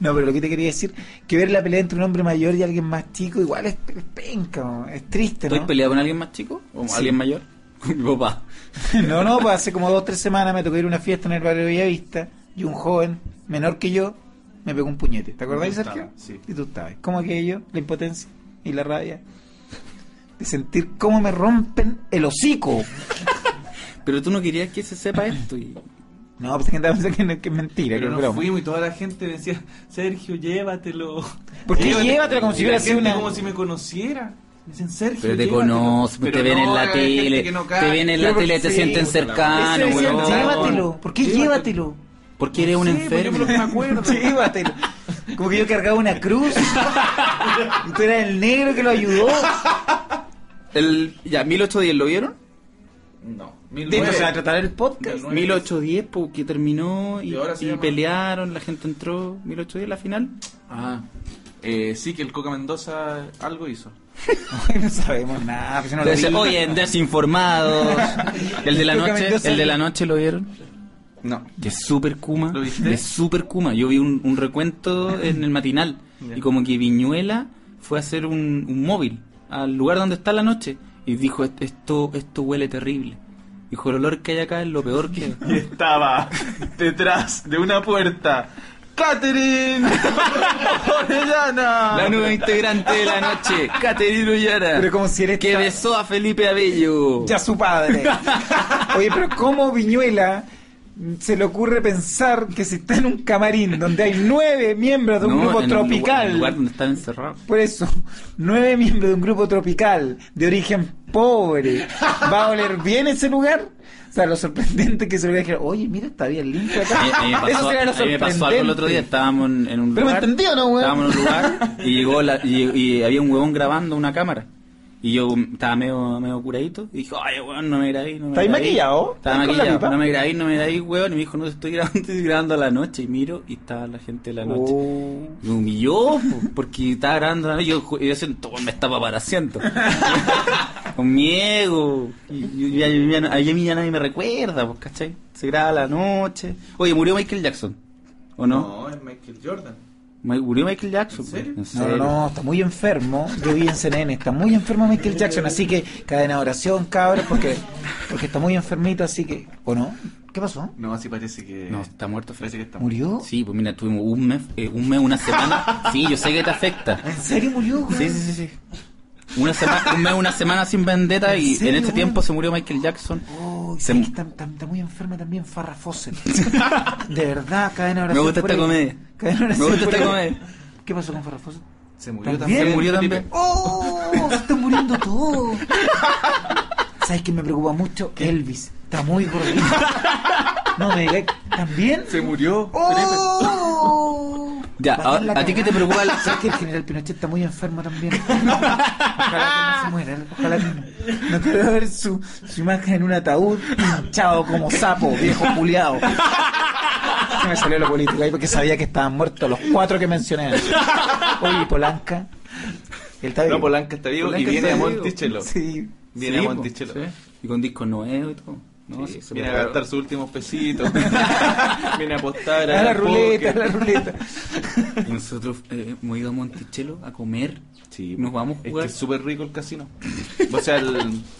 C: No, pero lo que te quería decir, que ver la pelea entre un hombre mayor y alguien más chico, igual es, es penca, ¿no? es triste,
B: ¿Estoy
C: ¿no?
B: peleado con alguien más chico o
C: Sí.
B: alguien mayor? Con mi papá.
C: No, no, pues hace como dos, tres semanas me tocó ir a una fiesta en el barrio Villavista y un joven, menor que yo, me pegó un puñete. ¿Te acordáis,
D: Yo
C: Sergio?
D: estaba, sí.
C: Y tú estabas. ¿Cómo aquello? La impotencia y la rabia. De sentir cómo me rompen el hocico.
B: Pero tú no querías que se sepa esto y
C: No, pues que andaba pensando que, que es mentira, que
D: Pero
C: es
D: nos
C: broma.
D: fuimos y toda la gente decía, Sergio, llévatelo.
C: ¿Por qué
D: Llévatelo.
C: llévatelo como si
D: Y la
C: hubiera sido
D: gente
C: una-
D: Como si me conociera. Me dicen, Sergio,
B: pero te
D: llévatelo".
B: conozco,
D: Pero
B: te ven
D: no,
B: en la
D: hay gente
B: tele,
D: que no
B: te
D: cae.
B: ven en la
D: Pero
B: tele,
D: porque
B: te
D: sí,
B: sienten
D: puta la
C: Ese
B: cercano,
C: decía,
B: weón.
C: llévatelo. ¿Por qué llévatelo?
B: Porque eres un
D: Sí, pues, yo por
B: enfermo.
D: lo que me acuerdo.
C: Llévatelo. Como que yo cargaba una cruz. Y tú eras el negro que lo ayudó.
B: El ya 1810 lo vieron?
D: No.
C: De eso se va
D: 1900.
C: a tratar el podcast.
D: Del-
B: 1810 porque pues, terminó y,
D: Y ahora se
B: y
D: llama-
B: pelearon, la gente entró 1810 la final.
D: Ah, eh, sí que el Coca Mendoza algo hizo.
C: Ay, no sabemos nada. pues yo no lo
B: Entonces,
C: vi.
B: oye, desinformados. El de la
C: Nunca me
B: noche,
C: dio
B: el de
C: sal-
B: la noche lo vieron.
D: No.
B: Que es súper Kuma.
D: ¿Lo viste?
B: que Es súper Kuma. Yo vi un, un recuento en el matinal.
D: Ya.
B: Y como que Viñuela fue a hacer un, un móvil al lugar donde está la noche. Y dijo, "Est- esto, esto huele terrible. Dijo, el olor que hay acá es lo peor que...
D: Y estaba detrás de una puerta. ¡Catherine! ¡Orellana!
B: La nueva integrante de la noche, Caterina Ullara.
C: Pero como si eres
B: Que
C: ta-
B: besó a Felipe Abello.
C: Ya su padre. Oye, pero ¿cómo Viñuela se le ocurre pensar que si está en un camarín donde hay nueve miembros de un
B: No,
C: grupo
B: en
C: tropical?
B: lugar- en el lugar donde están encerrados.
C: Por eso, nueve miembros de un grupo tropical de origen pobre, ¿va a oler bien ese lugar? O sea, lo sorprendente que se le dijeron, oye, mira, está bien limpio
B: A
C: acá.
B: mí- a mí me pasó,
C: eso
B: a
C: sería lo
B: mí me
C: sorprendente.
B: pasó algo el otro día, estábamos en, en un
C: Pero me
B: lugar.
C: entendí, ¿o no, weón?
B: Estábamos en un lugar y llegó la, y, y había un huevón grabando una cámara. Y yo estaba medio, medio curadito y dije, ay, weón, no me grabé, no me
C: ¿Estáis
B: grabé".
C: maquillado?
B: Estaba
C: ¿Estáis con la
B: maquillado,
C: pipa?
B: no me grabé, no me grabé, weón. Y me dijo, no, estoy grabando, estoy grabando a la noche. Y miro y estaba la gente de la noche.
C: Oh.
B: Me humilló po, porque estaba grabando la noche. Yo, ju- yo siento, "Weón, me estaba pareciendo. Con mi ego. Y, y- y a mí ya, a mí ya nadie me recuerda, pues, ¿cachai? Se graba a la noche. Oye, murió Michael Jackson. ¿O no?
D: es Michael Jordan.
B: Ma- Murió Michael Jackson. pues. ¿En
C: No,
B: serio?
C: no, no, está muy enfermo. Yo vi en CNN, está muy enfermo Michael Jackson, así que cadena de oración, cabros, porque, porque está muy enfermito, así que. ¿O no? ¿Qué pasó?
D: No, así parece que.
B: No, está muerto, Fred.
D: Parece que está
C: ¿Murió?
B: Sí, pues mira, tuvimos un mes, eh, un mes, una semana. Sí, yo sé que te afecta.
C: ¿En serio murió? güey?
B: Sí, sí, sí, sí. Una semana, un mes, una semana sin vendetta
C: ¿En
B: y en
C: serio,
B: este
C: weón?
B: tiempo se murió Michael Jackson.
C: Oh,
B: Se-
C: sí, que está, está- está muy enferma también Farrah Fawcett. De verdad, cadena de oración.
B: Me gusta
C: por
B: esta
C: ella.
B: comedia.
C: Cadena de
B: Me
C: oración.
B: gusta
C: por
B: esta
C: ella.
B: comedia.
C: ¿Qué pasó con Farrah Fawcett?
D: Se murió
C: ¿También?
D: también.
B: Se murió
D: Felipe.
B: también.
C: ¡Oh! Se está muriendo todo. ¿Sabes qué me preocupa mucho? Elvis. Está muy gordito. No me digas. ¿También?
D: Se murió.
C: ¡Oh!
B: Ya,
C: Va a dar la
B: ahora, ¿a ti qué te
C: cagada.
B: preocupa la-
C: ¿Sabes que el general Pinochet está muy enfermo también? Ojalá que no se muera, ojalá que no. No quiero ver su, su imagen en un ataúd hinchado como sapo, viejo culiado. Se me salió lo político ahí porque sabía que estaban muertos los cuatro que mencioné. Oye, Polanca. Él está
D: No,
C: vivo.
D: Polanca está vivo
B: Polanca
D: y viene
B: está
D: a
B: vivo.
D: Monticello.
C: Sí.
D: Viene
B: Sí,
D: a
B: po,
D: Monticello.
B: sí. Y con disco nuevo y todo. No, sí, se
D: viene a
B: preparó.
D: gastar sus últimos pesitos. viene a apostar a,
C: A Ah, la
D: ganar
C: ruleta, a
D: póker.
C: la ruleta.
B: Y nosotros eh, hemos ido a Monticello a comer.
D: Sí,
B: Nos vamos a
D: es
B: jugar.
D: que es súper rico el casino. O sea, el, el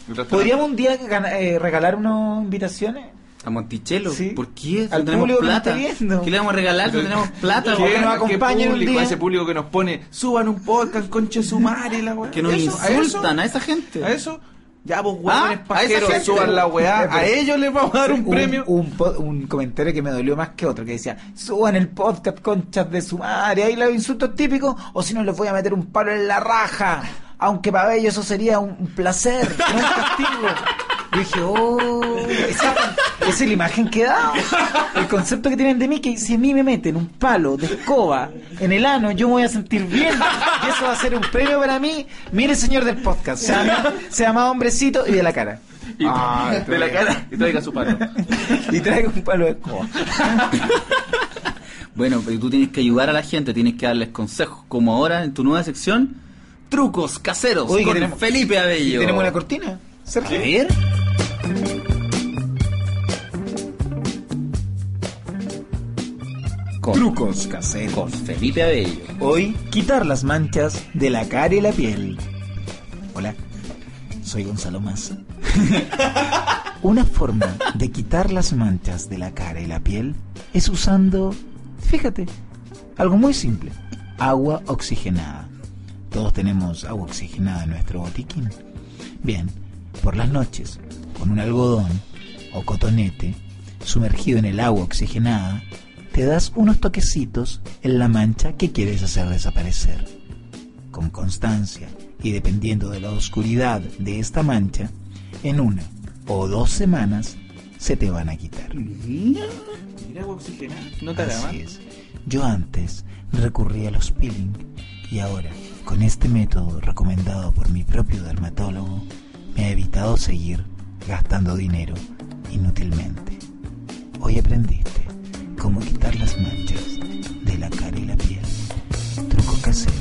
D: restaurante.
C: ¿Podríamos un día gana- eh, regalar unas invitaciones?
B: ¿A Monticello?
C: Sí.
B: ¿Por qué? Si
C: Al
B: no tenemos
C: público que
B: plata.
C: nos esté viendo.
B: ¿Qué le vamos a regalar? si No tenemos plata.
D: ¿Qué-
C: que
B: weón?
C: nos
D: qué
C: acompañen un
D: público,
C: día?
D: A ese público que nos pone, suban un podcast, conche su madre, la weá.
B: Que nos
D: Eso, a eso,
B: insultan a esa gente.
D: ¿A eso? Ya vos,
B: Ah,
D: huevones
B: a esa
D: pajeros,
B: gente.
D: suban la weá.
C: Eh, pero-
D: A ellos les vamos a dar un, premio.
C: Un, po- un comentario que me dolió más que otro, que decía, suban el podcast conchas de su madre, ahí los insultos típicos, o si no les voy a meter un palo en la raja. Aunque para ellos eso sería un, un placer, no un castigo. Yo dije, oh, esa, esa es la imagen que da. El concepto que tienen de mí, que si a mí me meten un palo de escoba en el ano, yo me voy a sentir bien. Y eso va a ser un premio para mí. Mire, señor del podcast, se llama, se llama hombrecito y de la cara.
D: Y-
C: Ah,
D: de la cara. Y traiga su palo.
C: Y traigo un palo de escoba.
B: Bueno, pero tú tienes que ayudar a la gente, tienes que darles consejos. Como ahora en tu nueva sección, trucos caseros
C: Oye, que
B: con
C: tenemos-
B: Felipe
C: Y
B: Abello.
C: tenemos la cortina.
B: A
C: Sergio.
B: ver. Con,
C: Trucos caseros.
B: con Felipe Abello.
C: Hoy, quitar las manchas de la cara y la piel. Hola, soy Gonzalo Más. Una forma de quitar las manchas de la cara y la piel es usando, fíjate, algo muy simple, agua oxigenada. Todos tenemos agua oxigenada en nuestro botiquín. Bien, por las noches, con un algodón o cotonete sumergido en el agua oxigenada, te das unos toquecitos en la mancha que quieres hacer desaparecer. Con constancia y dependiendo de la oscuridad de esta mancha, en una o dos semanas se te van a quitar.
D: Mira, agua oxigenada. No te la
C: Así es. Yo antes recurría a los peeling y ahora, con este método recomendado por mi propio dermatólogo, me he evitado seguir gastando dinero inútilmente. Hoy aprendiste cómo quitar las manchas de la cara y la piel. Trucos caseros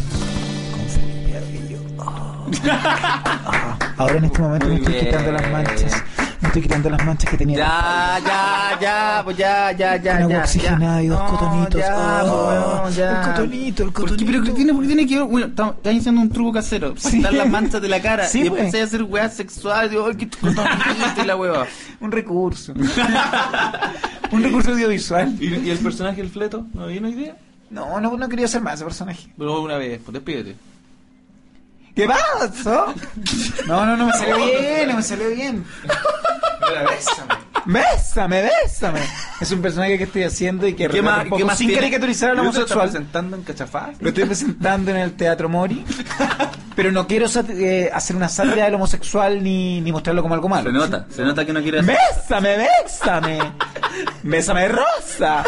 C: con Felipe Abello. Oh. Ah, Ahora en este momento me
B: Muy
C: estoy
B: bien.
C: quitando las manchas. Me estoy quitando las manchas que tenía. en la
B: Ya, ya, ya, pues ya, ya, ya.
C: con agua
B: ya,
C: oxigenada
B: ya.
C: y dos
B: No,
C: cotonitos.
B: Ya,
C: Oh,
B: pues, weón, ya.
C: El cotonito, el
B: ¿Por qué,
C: cotonito.
B: pero que tiene, porque tiene que ver, bueno, estamos- estás diciendo un truco casero, para
C: Sí.
B: quitar las manchas de la cara
C: Sí,
B: y
C: pues.
B: empecé a hacer weas sexuales, digo, ay, qué cotonito y la hueva.
C: Un recurso. un recurso audiovisual.
D: ¿Y, y el personaje, el fleto? ¿No vino idea?
C: No, no, no quería ser más ese personaje.
D: Pero una vez, pues despídete.
C: ¿Qué pasó? No, no, no, me salió bien, no me salió bien. Bésame, bésame. Es un personaje que estoy haciendo y que
B: ¿Qué
C: relata
B: más-
C: un poco
B: qué más
C: sin
B: tiene?
C: caricaturizar al
D: Pero eso está
C: homosexual.
D: presentando en cachafaz?
C: Lo estoy presentando en el Teatro Mori. Pero no quiero sat- eh, hacer una sátira del homosexual ni, ni mostrarlo como algo malo.
B: Se nota, se nota que no quiere hacer.
C: Bésame, bésame. Bésame rosa.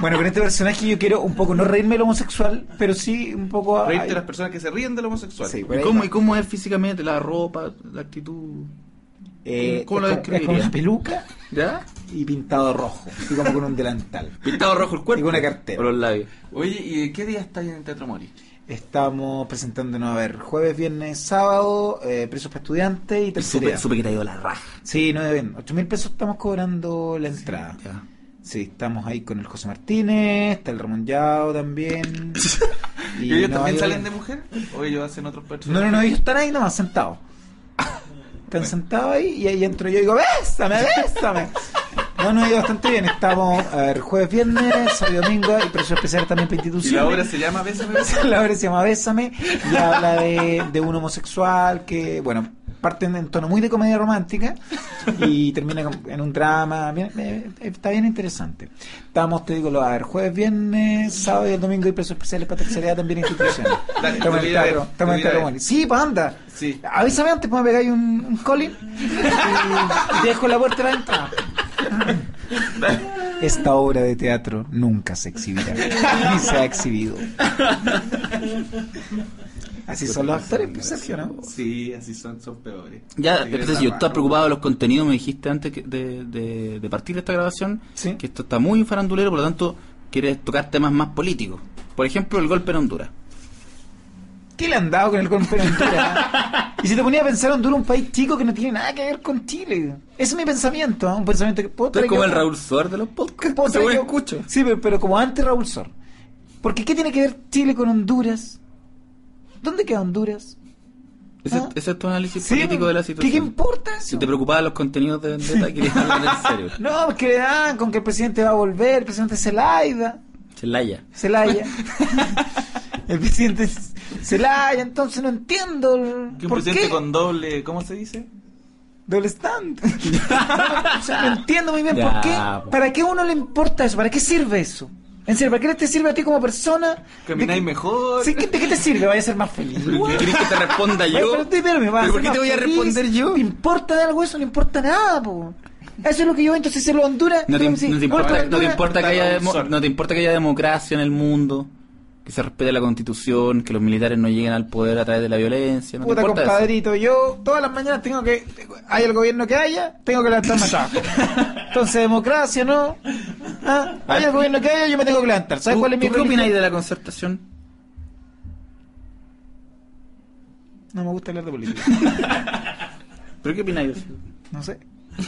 C: Bueno, con este personaje yo quiero un poco no reírme del homosexual, pero sí un poco ay,
D: Reírte de las personas que se ríen del homosexual.
C: Sí,
B: ¿Y
C: por ahí
B: cómo,
C: va.
B: ¿Y cómo es físicamente? La ropa, la actitud.
C: Eh,
B: cómo lo
C: es con- es con
B: describiría?
C: una peluca
B: ¿Ya?
C: y pintado rojo, y como con un delantal.
B: Pintado rojo el cuerpo.
C: Y con una cartera.
B: O los labios.
D: Oye, ¿y qué día estás en el Teatro Mori?
C: Estamos presentándonos a ver jueves, viernes, sábado, eh, presos para estudiantes y
B: Y
C: tercera.
B: supe, supe que te ha ido la raja.
C: Sí, no bien. Ocho mil pesos estamos cobrando la entrada.
B: Ya.
C: Sí, estamos ahí con el José Martínez, está el Ramón Yao también.
D: ¿Y ellos
C: no,
D: también
C: hay-
D: salen de mujer? ¿O ellos hacen otros
C: No,
D: personajes?
C: no, no, ellos están ahí nomás sentados. Están sentados ahí y ahí entro yo y digo, bésame, bésame. No, no, ha ido bastante bien. Estamos, a ver, jueves, viernes, sábado, y domingo y precio especial también para
D: Y la obra
C: instituciones.
D: se llama Bésame, Bésame.
C: La obra se llama Bésame y habla de, de un homosexual que, bueno, parten en tono muy de comedia romántica y termina con- en un drama. Bien, eh, está bien interesante. Estamos, te digo, lo- a ver, jueves, viernes, sábado y el domingo y precios especiales para tercera edad también instituciones.
D: Dale, te
C: Estamos en
D: voy
C: el
D: a ver,
C: teatro,
D: te
C: estamos en
D: voy
C: el
D: a
C: teatro
D: ver.
C: Boni. Sí, pues anda.
D: Sí.
C: Avísame antes, pues me pegáis un, un colín y dejo la puerta de la entrada. Esta obra de teatro nunca se exhibirá, ni se ha exhibido. Así son los actores, pues, Sergio, ¿no?
D: Sí, así son, son peores.
B: Ya,
D: Te quieren
B: entonces yo
D: tapar.
B: estaba preocupado de los contenidos, me dijiste antes que- de, de, de partir de esta grabación
C: Sí.
B: que esto está muy farandulero, por lo tanto quieres tocar temas más políticos. Por ejemplo, el golpe en Honduras.
C: ¿Qué le han dado con el golpe de Honduras? Y si te ponía a pensar, Honduras es un país chico que no tiene nada que ver con Chile. Ese es mi pensamiento, ¿eh? un pensamiento que puedo
B: Tú eres
C: traer
B: como
C: yo-
B: el Raúl Suárez de los podcasts,
C: puedo traer
B: según
C: yo-
B: escucho.
C: Sí, pero, pero como antes Raúl Sor. Porque ¿qué tiene que ver Chile con Honduras? ¿Dónde queda Honduras?
B: Ese,
C: Ah.
B: ese es tu análisis
C: Sí, pues,
B: político de la
C: ¿qué-
B: situación.
C: ¿Qué importa
B: Si
C: eso?
B: te preocupaba los contenidos de Vendetta, querías hablar en serio.
C: No, porque le dan con que el presidente va a volver, el presidente Zelaya,
B: Chelaya.
C: Zelaya. el presidente Zelaya, entonces no entiendo el-
D: Que un
C: por
D: presidente
C: qué
D: con doble, ¿cómo se dice?
C: doble stand. o sea, no entiendo muy bien
B: Ya, pues.
C: por
B: po.
C: qué, para qué a uno le importa eso, para qué sirve eso. En serio, ¿para qué te sirve a ti como persona?
D: Camináis
C: ¿De qué-
D: mejor.
C: Sí, ¿qué- ¿De qué te sirve? Vaya a ser más feliz.
B: ¿Querés que te responda yo?
C: Pero, pero, pero, me vas
B: ¿Pero por qué
C: hacer
B: te
C: más
B: voy a
C: feliz.
B: responder yo?
C: ¿Te importa de algo eso? No importa nada, po. Eso es lo que yo entonces se lo Honduras.
B: No te,
C: tú
B: no
C: me decís,
B: te
C: "Golpe
B: importa,
C: de
B: no te
C: Honduras".
B: importa que
D: Está
B: haya demo-
D: absurdo.
B: no te importa que haya democracia en el mundo, que se respete la constitución, que los militares no lleguen al poder a través de la violencia. No te
C: Puta
B: importa eso.
C: compadrito, yo todas las mañanas tengo que, hay el gobierno que haya, tengo que levantarme a trabajar. Entonces democracia, ¿no? Ah, hay el gobierno que haya, yo me tengo que levantar. ¿Sabes
B: ¿Tú-
C: cuál es mi
B: ¿Tú qué
C: religión?
B: opináis de la concertación?
C: No me gusta hablar de política.
B: ¿Pero qué opináis? de eso?
C: No sé.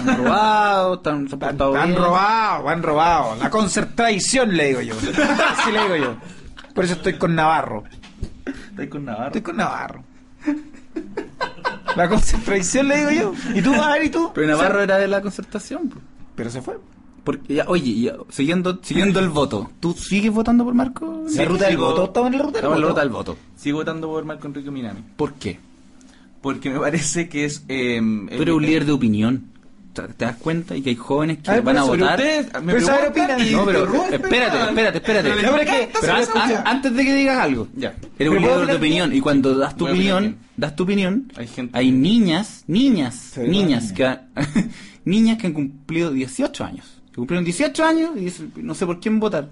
B: ¿Han robado? ¿Están se han
C: Han,
B: portado bien?
C: robado, han robado. La concertraición le digo yo. Así le digo yo. Por eso estoy con Navarro.
D: Estoy con Navarro.
C: Estoy con Navarro. La concentración le digo yo. ¿Y tú, Ari, tú?
B: Pero Navarro era de la concertación. po.
C: Pero se fue.
B: Porque ya, oye, ya, siguiendo, siguiendo el voto, ¿tú sigues votando por Marco?
C: la ruta del
D: sigo-
C: voto. Estamos en la ruta del
B: Estamos en la
C: voto.
B: ruta del voto.
D: Sigo votando por Marco Enrique Minami.
B: ¿Por qué?
C: Eh,
D: Porque me parece que es. Eh,
B: Tú eres un líder de opinión. ¿Te te das cuenta? Y que hay jóvenes que
C: A ver,
B: van a
C: pero
B: votar.
C: Pero saber opinan.
B: No, pero eh, espérate, espérate, espérate.
C: No, pero es que-
B: Pero an- an- antes de que digas algo,
D: Ya.
B: eres un
C: ¿puedo
B: líder de
C: opinar
B: opinión. Y cuando das tu
D: Voy a opinar
B: opinión, das tu opinión,
D: Hay gente-
B: hay niñas, niñas,
C: ve
B: niñas
C: mal,
B: que, han, niñas que han cumplido 18 años. Que cumplieron 18 años y dicen, no sé por quién votar.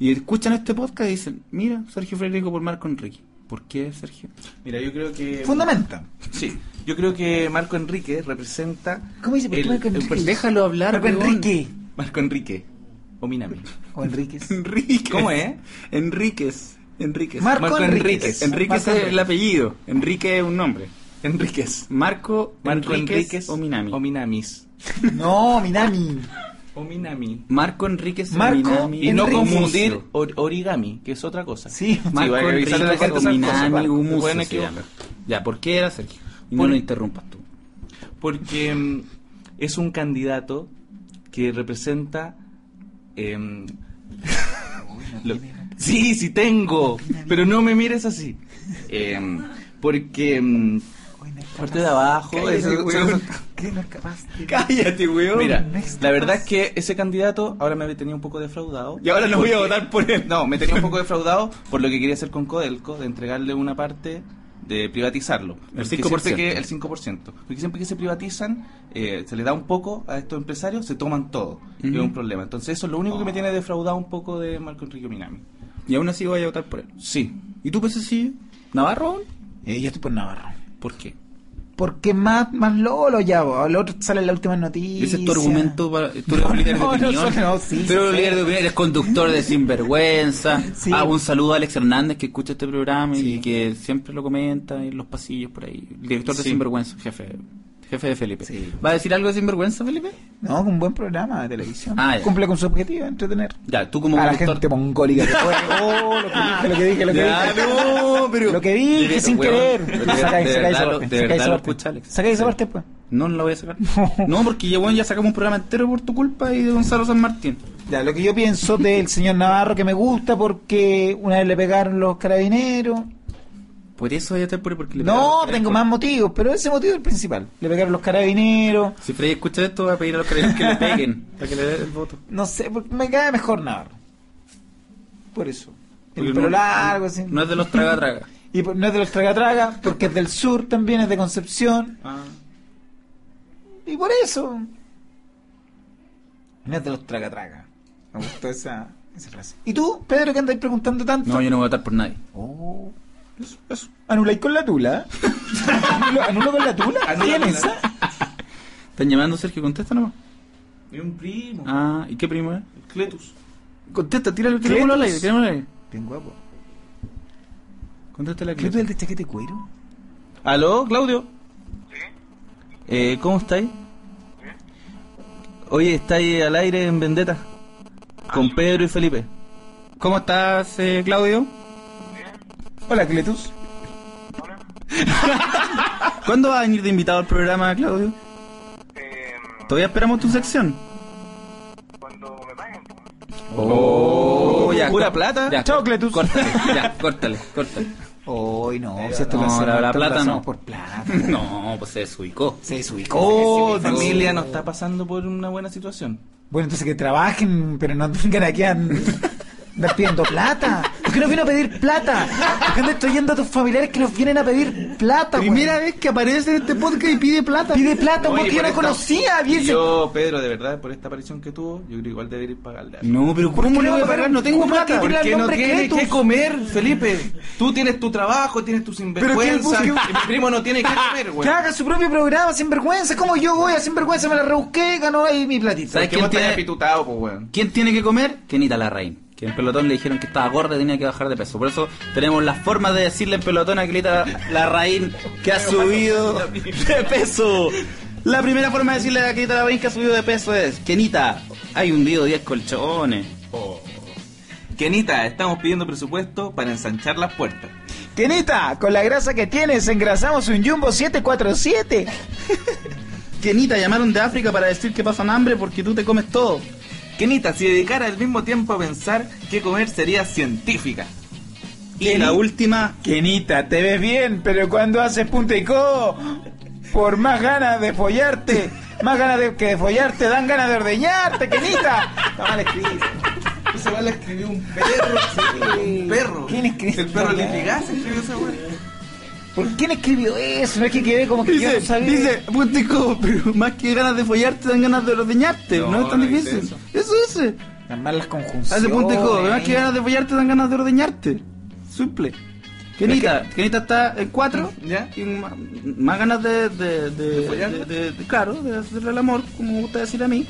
B: Y escuchan este podcast y dicen, mira, Sergio Freire dijo por Marco Enrique. ¿Por qué, Sergio?
D: Mira, yo creo que.
C: Fundamenta.
D: Sí. Yo creo que Marco Enrique representa.
C: ¿Cómo dice? ¿Por qué
D: el-
C: Marco
D: el
C: Enrique?
D: pers-
B: Déjalo hablar,
C: Marco
B: weón.
C: Enrique.
D: Marco Enrique. O Minami.
C: O Enríquez.
B: Enríquez.
D: ¿Cómo es?
B: Enríquez. Enríquez.
C: Marco
B: Enríquez.
C: Enríquez.
B: Enríquez
C: Marco
B: es el
C: Enríquez.
B: apellido. Enrique es un nombre.
D: Enríquez.
B: Marco,
D: Marco
B: Enríquez,
D: Enríquez.
B: o Minami.
D: O Minamis.
C: No, Minami.
D: O Minami.
B: Marco Enríquez o
C: Marco
B: Minami.
D: Y no
C: Enrique.
D: confundir
B: Gumucio.
D: or- origami, que es otra cosa.
C: Sí.
D: Sí,
B: Marco
D: vaya a
B: Enríquez
D: revisarle a la gente
B: o
D: esas cosas,
B: Minami
D: Marco.
B: Gumucio
D: Pueden
B: se llama.
D: equivocar.
B: Ya, ¿por qué era Sergio? Y no
D: Por-
B: lo interrumpas tú.
D: Porque mm, es un candidato que representa. em, lo- sí, sí tengo, pero no me mires así. Em, porque em, parte de abajo.
B: Cállate,
D: eso-
B: weón.
D: eso-
C: ¿Qué no es capaz? de-
B: Cállate, weón.
D: mira,
C: no es
D: la verdad
C: capaz.
D: es que ese candidato ahora me tenía un poco defraudado.
B: Y ahora no voy a votar por él.
D: No, me tenía un poco defraudado por lo que quería hacer con Codelco, de entregarle una parte, de privatizarlo. Porque
B: 5%.
D: siempre que- el 5%. Porque siempre que se privatizan, eh, se le da un poco a estos empresarios, se toman todo. Y
B: Ujú.
D: es un problema. Entonces eso es lo único que me tiene defraudado un poco de Marco Enrique Minami.
B: Y aún así voy a votar por él.
D: Sí.
B: ¿Y tú pensás así? ¿Navarro?
C: Eh, yo estoy por Navarro.
B: ¿Por qué?
C: Porque más, más lolo ya, bo. el otro sale en la última noticia.
B: Ese es tu argumento para. Tú eres
C: No,
B: un líder de
C: no, no,
B: opinión.
C: no, sí,
B: tú eres un
C: sí.
B: líder de opinión, eres conductor de sinvergüenza.
C: Sí.
B: Ah, un saludo a Alex Hernández que escucha este programa y
C: Sí.
B: que siempre lo comenta en los pasillos por ahí. El director de
D: Sí.
B: sinvergüenza, jefe. Jefe de Felipe.
C: Sí.
B: ¿Va a decir algo de sinvergüenza, Felipe?
C: No, un buen programa de televisión.
B: Ah, ya.
C: Cumple con su objetivo, entretener.
B: Ya, tú como
C: a la
B: conductor-
C: gente mongólica que fue. Oh, lo que dije, lo que dije, lo que
B: Ya,
C: dije.
B: no, pero-
C: Lo que dije
B: Pero,
C: sin
B: weón,
C: querer.
B: De
C: Sacáis-
B: verdad,
C: sacáis
B: de
C: esa
B: verdad, lo-
C: parte,
B: de
C: sacáis
B: verdad
C: esa
B: lo
C: parte.
B: escucha, Alex.
C: Sacáis esa
B: Sí.
C: parte, pues.
B: No, no la voy a sacar. No, porque ya, weón, ya sacamos un programa entero por tu culpa y de Gonzalo San Martín.
C: Ya, lo que yo pienso del señor Navarro que me gusta porque una vez le pegaron los carabineros.
B: Por eso ya te apuré, porque le
C: No,
B: pegaron-
C: tengo más motivos, pero ese motivo es el principal. Le pegaron los carabineros.
B: Si Freddy escucha esto, va a pedir a los carabineros que le peguen para que le den el voto.
C: No sé, porque me cae mejor Navarro. Por eso.
B: Porque
C: El
B: no-
C: pelo largo, así.
B: No es de los traga traga.
C: Y por- no es de los tragatraga, porque es del sur también, es de Concepción.
D: Ah.
C: Y por eso. No es de los tragatraga. Me gustó esa, esa frase. ¿Y tú, Pedro, que andáis preguntando tanto?
B: No, yo no voy a votar por nadie.
C: Oh. ¿Anuláis con la tula? ¿Anulo, anulo con la
D: Ah,
C: tula? ¿Anulan esa?
B: ¿Están llamando, Sergio? Contesta nomás.
D: Es un primo,
B: Ah, ¿y qué primo es?
D: Cletus.
B: Contesta, tíralo, tirémoslo al aire, tirémoslo al aire.
C: Bien guapo.
B: Contesta la
C: ¿Qué tú el
B: Cletus.
C: de chaqueta de cuero?
D: ¿Aló, Claudio? Eh, ¿Cómo estáis? Oye, estáis al aire en Vendetta. Con Pedro y Felipe.
B: ¿Cómo estás, eh, Claudio?
C: Hola, Cletus.
B: ¿Cuándo vas a venir de invitado al programa, Claudio?
G: Eh,
B: Todavía esperamos tu sección.
G: cuando me paguen, pues.
B: Oh, ya.
D: ¿Pura
B: cor-
D: plata?
B: Ya,
C: Chao,
B: cor-
C: Cletus.
B: Córtale, ya, córtale, córtale.
C: Hoy no, si esto
B: no,
C: lo hacemos,
B: la- la
C: esto lo
B: plata
C: hacemos
B: no.
C: por plata.
B: No, pues se desubicó.
C: Se desubicó.
D: Oh,
B: Sí,
D: tu
B: sí,
D: familia
B: sí.
D: no está pasando por una buena situación.
C: Bueno, entonces que trabajen, pero no tengan aquí a andar pidiendo plata. ¿Por qué no vino a pedir plata? ¿Por qué no estoy yendo a tus familiares que nos vienen a pedir plata, güey?
B: vez que aparece en este podcast y pide plata.
C: Pide plata,
D: Oye,
C: porque yo
D: por
C: no
D: esta-
C: conocía. bien
D: Y Yo, Pedro, de verdad, por esta aparición que tuvo, yo creo que igual debería pagarle. algo.
B: No, pero
C: qué
B: ¿cómo
C: le
B: le voy a pagar? No tengo
C: ¿Cómo es que
B: plata.
C: tiene la-
D: Porque no
C: nombre
D: tiene
C: Cletus.
D: que comer, Felipe. Tú tienes tu trabajo, tienes tus sinvergüenzas. Y
C: busque-
D: mi primo no tiene que comer, güey.
C: Que haga su propio programa, sin vergüenza. Como yo voy a sin vergüenza, me la rebusqué, ganó ahí mi
B: ¿Sabes
C: platita.
D: ¿Sabes
B: quién
D: vos
B: tiene-
D: estás apitutado, pues, weón?
B: ¿Quién tiene que comer? Kenita Larraín. Que en pelotón le dijeron que estaba gorda y tenía que bajar de peso. Por eso tenemos la forma de decirle en pelotón a Kenita Larraín que ha subido de peso. La primera forma de decirle a Kenita Larraín que ha subido de peso es: Kenita, hay hundido 10 colchones.
D: Kenita, estamos pidiendo presupuesto para ensanchar las puertas.
C: Kenita, con la grasa que tienes, engrasamos un Jumbo 747.
B: Kenita, llamaron de África para decir que pasan hambre porque tú te comes todo.
D: Kenita, si dedicara el mismo tiempo a pensar qué comer sería científica.
B: Y la última,
C: Kenita, te ves bien, pero cuando haces punta y codo, por más ganas de follarte, más ganas de que de follarte, dan ganas de ordeñarte, Kenita. Está mal escrito.
D: Esa bala escribió un perro, un perro.
C: ¿Quién escribió?
D: El perro Litigás escribió esa weón.
C: ¿Por quién escribió eso? No es que quedé como que yo no
B: Dice,
C: sabía.
B: dice, puntico, pero más que ganas de follarte, dan ganas de ordeñarte. No,
D: No,
B: es tan
D: no dice
B: difícil. Eso dice.
C: Las malas conjunciones.
B: Hace puntico, más que ganas de follarte, dan ganas de ordeñarte. Simple. Kenita, Kenita está en cuatro.
D: ¿Ya?
B: Y más, más ganas de, de, de,
D: ¿De follarte?
B: de- de- de- Claro, de hacerle el amor, como me gusta decir a mí.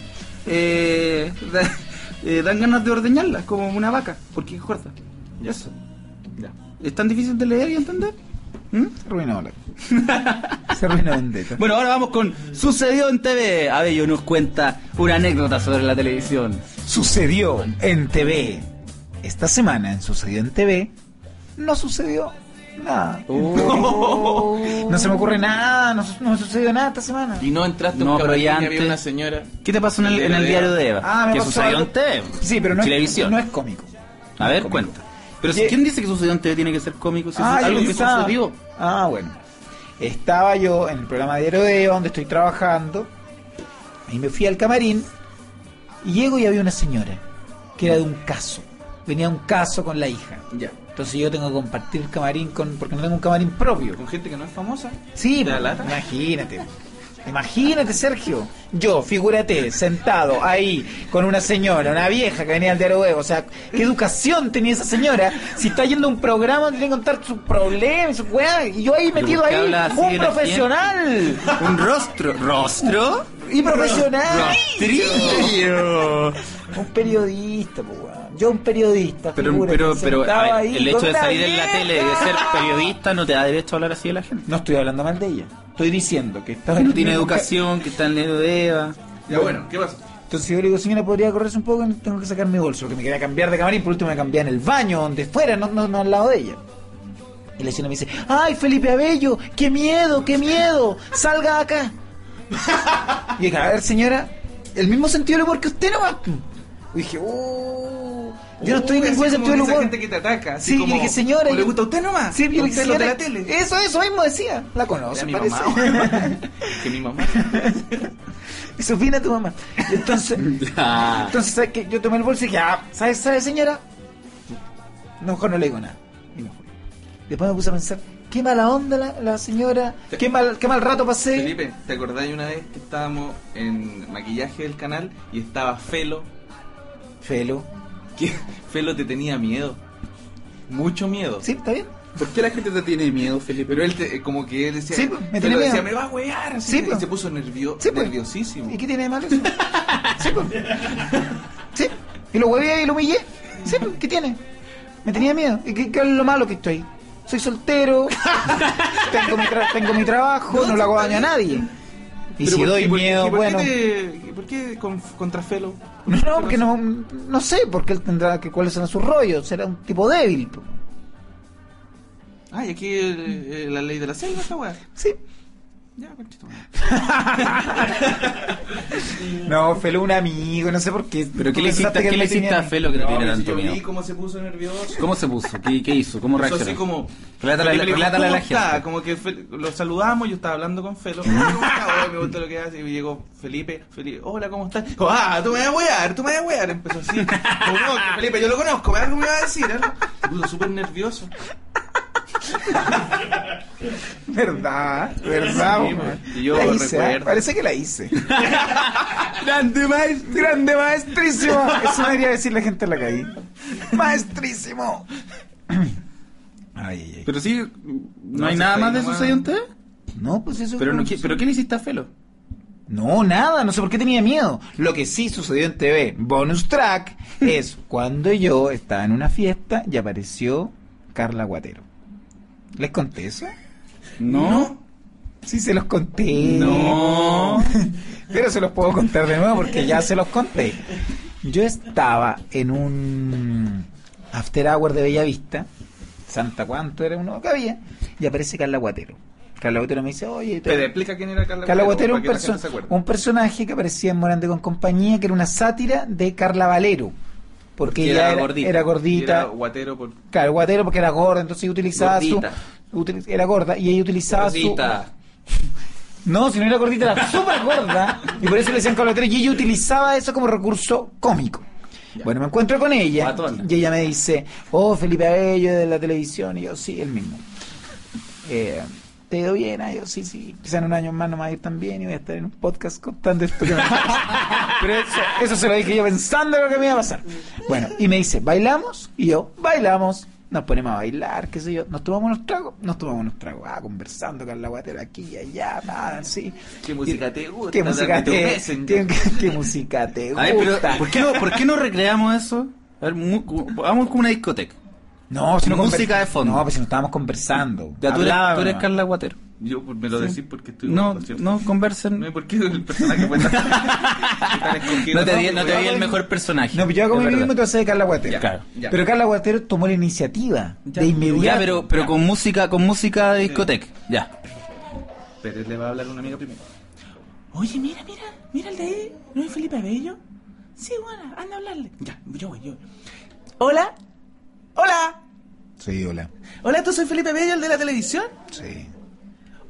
B: Eh, eh, dan ganas de ordeñarla, como una vaca, porque es corta.
D: Ya.
B: Eso.
D: Ya.
B: ¿Es tan difícil de leer y entender? ¿Mm?
C: Se arruinó la... Se arruinó Vendetta.
B: Bueno, ahora vamos con Sucedió en TV. Abello nos cuenta una anécdota sobre la televisión.
C: Sucedió en TV. Esta semana en Sucedió en TV no sucedió nada. No se me ocurre nada, no, su- no me sucedió nada esta semana.
D: Y no entraste a
B: No,
D: un
B: pero
D: cabrón y
B: ya
D: había
B: antes-
D: una señora.
B: ¿Qué te pasó en el, en el diario de Eva?
C: Ah, me
B: que
C: pasó
B: sucedió
C: algo.
B: en TV.
C: Sí, pero no,
B: televisión.
C: Es, no es cómico.
B: A ver,
C: cómico.
B: cuenta. Pero si,
C: Ye-
B: ¿quién dice que sucedió en TV tiene que ser cómico? Si es
C: Ah,
B: algo
C: yo
B: que
C: estaba-
B: sucedió.
C: Ah, bueno. Estaba yo en el programa Diario de Eva, donde estoy trabajando, y me fui al camarín, y llego y había una señora, que era de un caso. Venía un caso con la hija.
D: Ya.
C: Entonces yo tengo que compartir el camarín con, porque no tengo un camarín propio.
D: Con gente que no es famosa.
C: Sí,
D: ¿Te da
C: po,
D: lata?
C: imagínate. Imagínate, Sergio. Yo, figúrate, sentado ahí con una señora, una vieja que venía al diario web. O sea, ¿qué educación tenía esa señora? Si está yendo a un programa, tiene que contar sus problemas, sus weas. Y yo ahí
B: Pero
C: metido
B: ¿por qué
C: ahí,
B: habla así
C: un
B: la
C: profesional.
B: Un rostro. ¿Rostro?
C: Y profesional.
B: Rostrillo.
C: Un periodista, po, weón.
H: Yo un periodista,
B: Pero,
H: figúrate,
B: pero, pero a
H: sentado
B: ver,
H: ahí
B: el hecho
H: con
B: de
H: una
B: salir en la
H: vieja.
B: tele y de ser periodista no te da derecho a hablar así de la gente.
C: No estoy hablando mal de ella. Estoy diciendo que está
B: Que no tiene educación, que está en leo de Eva.
D: Ya bueno, ¿qué pasa?
C: Entonces yo le digo, señora, podría correrse un poco, tengo que sacar mi bolso, que me quería cambiar de camarín, por último me cambié en el baño, donde fuera, no, no, no al lado de ella. Y la señora me dice, ¡ay, Felipe Abello! ¡Qué miedo, qué miedo! ¡Salga de acá! Y dije, a ver, señora, el mismo sentido del humor que usted nomás. Y dije, ¡uh! Yo no estoy en ningún sentido del humor.
D: gente que te ataca. así
C: Sí,
D: como,
C: y dije, señora,
D: ¿o le
C: yo-
D: gusta a usted nomás?
C: Sí, yo le dije,
D: Usted lo de la
C: señora,
D: tele.
C: Eso, eso mismo decía. La
D: Era
C: conoce,
D: mi
C: parece.
D: mamá. que mi mamá.
C: Eso opina tu mamá. Y Entonces,
B: Ah,
C: Entonces, ¿sabes qué? Yo tomé el bolso y dije, ah, ¿sabes, ¿sabes, señora? No, mejor no le digo nada. Y me fui. Después me puse a pensar, qué mala onda la, la señora, qué mal, qué mal rato pasé.
D: Felipe, ¿te acordás de una vez que estábamos en maquillaje del canal y estaba Felo?
C: Felo.
D: Que Felo te tenía miedo. Mucho miedo.
C: ¿Sí? ¿Está bien?
B: ¿Por qué la gente te tiene miedo, Felipe?
D: Pero él te- eh, como que él decía,
C: Sí, pues, me
D: Felo
C: tenía
D: decía,
C: miedo.
D: me va a wear. así,
C: Sí,
D: y
C: pues.
D: se puso nervio,
C: Sí, pues.
D: nerviosísimo.
C: ¿Y qué tiene de malo eso? sí, pues. Sí. Y lo huevé y lo humillé. Sí, pues, ¿qué tiene? Me tenía miedo. ¿Y qué, qué es lo malo que estoy? Soy soltero, tengo mi, tra- tengo mi trabajo, no, le hago daño a nadie. Y
D: Pero
C: si
D: ¿por-
C: doy
D: y por-
C: miedo,
D: y por qué
C: bueno...
D: te- ¿Por qué con- contra Felo?
C: No, no, porque no, no sé, porque él tendrá que cuáles serán sus rollos, será un tipo débil. po.
D: Ah, y aquí eh, eh, la ley de la selva, esta weá.
C: Sí.
D: Ya, conchito.
C: No, Felo un amigo, no sé por qué.
B: ¿Pero qué le hiciste,
C: Pensaste que
B: qué
C: él
B: le
C: me tenía
B: hiciste a
C: mí.
B: Felo que te tiene tanto
D: yo vi
B: miedo?
D: cómo se puso nervioso.
B: ¿Cómo se puso? ¿Qué, qué hizo? ¿Cómo
D: Puso
B: reaccionó?
D: así como...
B: Relátale,
D: Felipe le dijo,
B: relátale a la
D: "¿Cómo está?".
B: gente.
D: Como que Fel- lo saludamos, yo estaba hablando con Felo. "Oye, ¿Cómo está? Oye, me gusta lo que hace. Y llegó Felipe, Felipe, hola, ¿cómo estás? Dijo, ah, tú me vas a wear, tú me vas a wear. Empezó así. Como, "No, que Felipe, yo lo conozco, algo me va a decir. algo". Se puso súper nervioso.
C: Verdad, verdad.
D: Sí,
C: po,
D: man.
C: man.
D: Y yo
C: La hice,
D: recuerdo.
C: ¿ah? parece que la hice.
B: ¡Grande maestro!
C: Grande maestrísimo. Eso me debería decir la gente en la calle. Maestrísimo. Ay, ay, ay.
B: Pero sí, ¿no,
D: No,
B: hay
D: se
B: nada
D: está
B: más de
D: ahí
B: eso
D: nomás.
B: en TV?
C: No, pues eso.
B: Pero, no,
C: no,
B: ¿qué- ¿Pero qué le hiciste a Felo?
C: No, nada, no sé por qué tenía miedo. Lo que sí sucedió en TV, bonus track, es cuando yo estaba en una fiesta y apareció Carla Guatero. ¿Les conté eso?
B: No.
C: Sí, se los conté.
B: No.
C: Pero se los puedo contar de nuevo porque ya se los conté. Yo estaba en un after hour de Bellavista, Santa Cuánto era uno que había, y aparece Carla Guatero. Carla Guatero me dice, oye, te-
D: Pero explica quién era Carla
C: Carla Guatero
D: para
C: un,
D: que la
C: perso-
D: gente se acuerde.
C: un personaje que aparecía en Morante con compañía, que era una sátira de Carla Valero. Porque,
B: Porque
C: ella
B: era
C: era
B: gordita.
C: gordita.
D: Y era Guatero por...
C: Claro, Guatero porque era gorda, entonces ella utilizaba
B: Gordita.
C: su... util- era gorda y ella utilizaba
B: Rosita.
C: su... No, si no era gordita, era súper gorda. Y por eso le decían Carla Guatero y ella utilizaba eso como recurso cómico. Bueno, me encuentro con ella
B: Guatona.
C: y ella me dice, oh, Felipe Abello de la televisión. Y yo, sí, el mismo. Eh, ¿Te ha ido bien? Ah, yo, sí, sí. Quizá en un año más no me va a ir tan bien y voy a estar en un podcast contando esto que me pasa". Pero eso, eso se lo dije yo pensando lo que me iba a pasar. Bueno, y me dice, ¿bailamos? Y yo, bailamos. Nos ponemos a bailar, qué sé yo. Nos tomamos unos tragos. Nos tomamos unos tragos. Ah, conversando con la guatera aquí y allá, nada, sí.
D: ¿Qué música te gusta?
C: ¿Qué música
D: Dame tu
C: te,
D: Messenger.
C: qué, qué música te gusta?
B: Ay, pero ¿por qué, no, ¿por qué no recreamos eso? A ver, mu- vamos con una discoteca.
C: No, si no conver-
B: Música de fondo.
C: No, pues si no estábamos conversando.
B: Ya tú eres,
C: Hablaba,
B: tú eres
C: nomás.
B: Carla Guatero.
D: Yo pues, me lo decís porque estoy...
B: No,
D: gordo, ¿cierto?
B: no
D: No hay
B: conversen.
D: por qué el personaje puede estar escogido.
B: No te di, no te di
D: Vamos,
B: el mejor personaje.
C: No, pero yo hago
B: Es
C: mi
B: verdad.
C: mismo entonces de Carla Guatero.
B: Ya, claro.
D: ya.
C: Pero Carla Guatero tomó la iniciativa
D: Ya,
C: de inmediato.
B: Ya, pero, pero con música, con música de discoteca. Ya.
D: Pérez le va a hablar a una amiga primero. Oye, mira, mira, mira el de ahí. ¿No es Felipe Abello? Sí, bueno, anda a hablarle. Ya, yo voy, yo voy. Hola, hola,
C: Sí, hola.
D: hola, ¿tú soy Felipe Abello, el de la televisión?
C: Sí.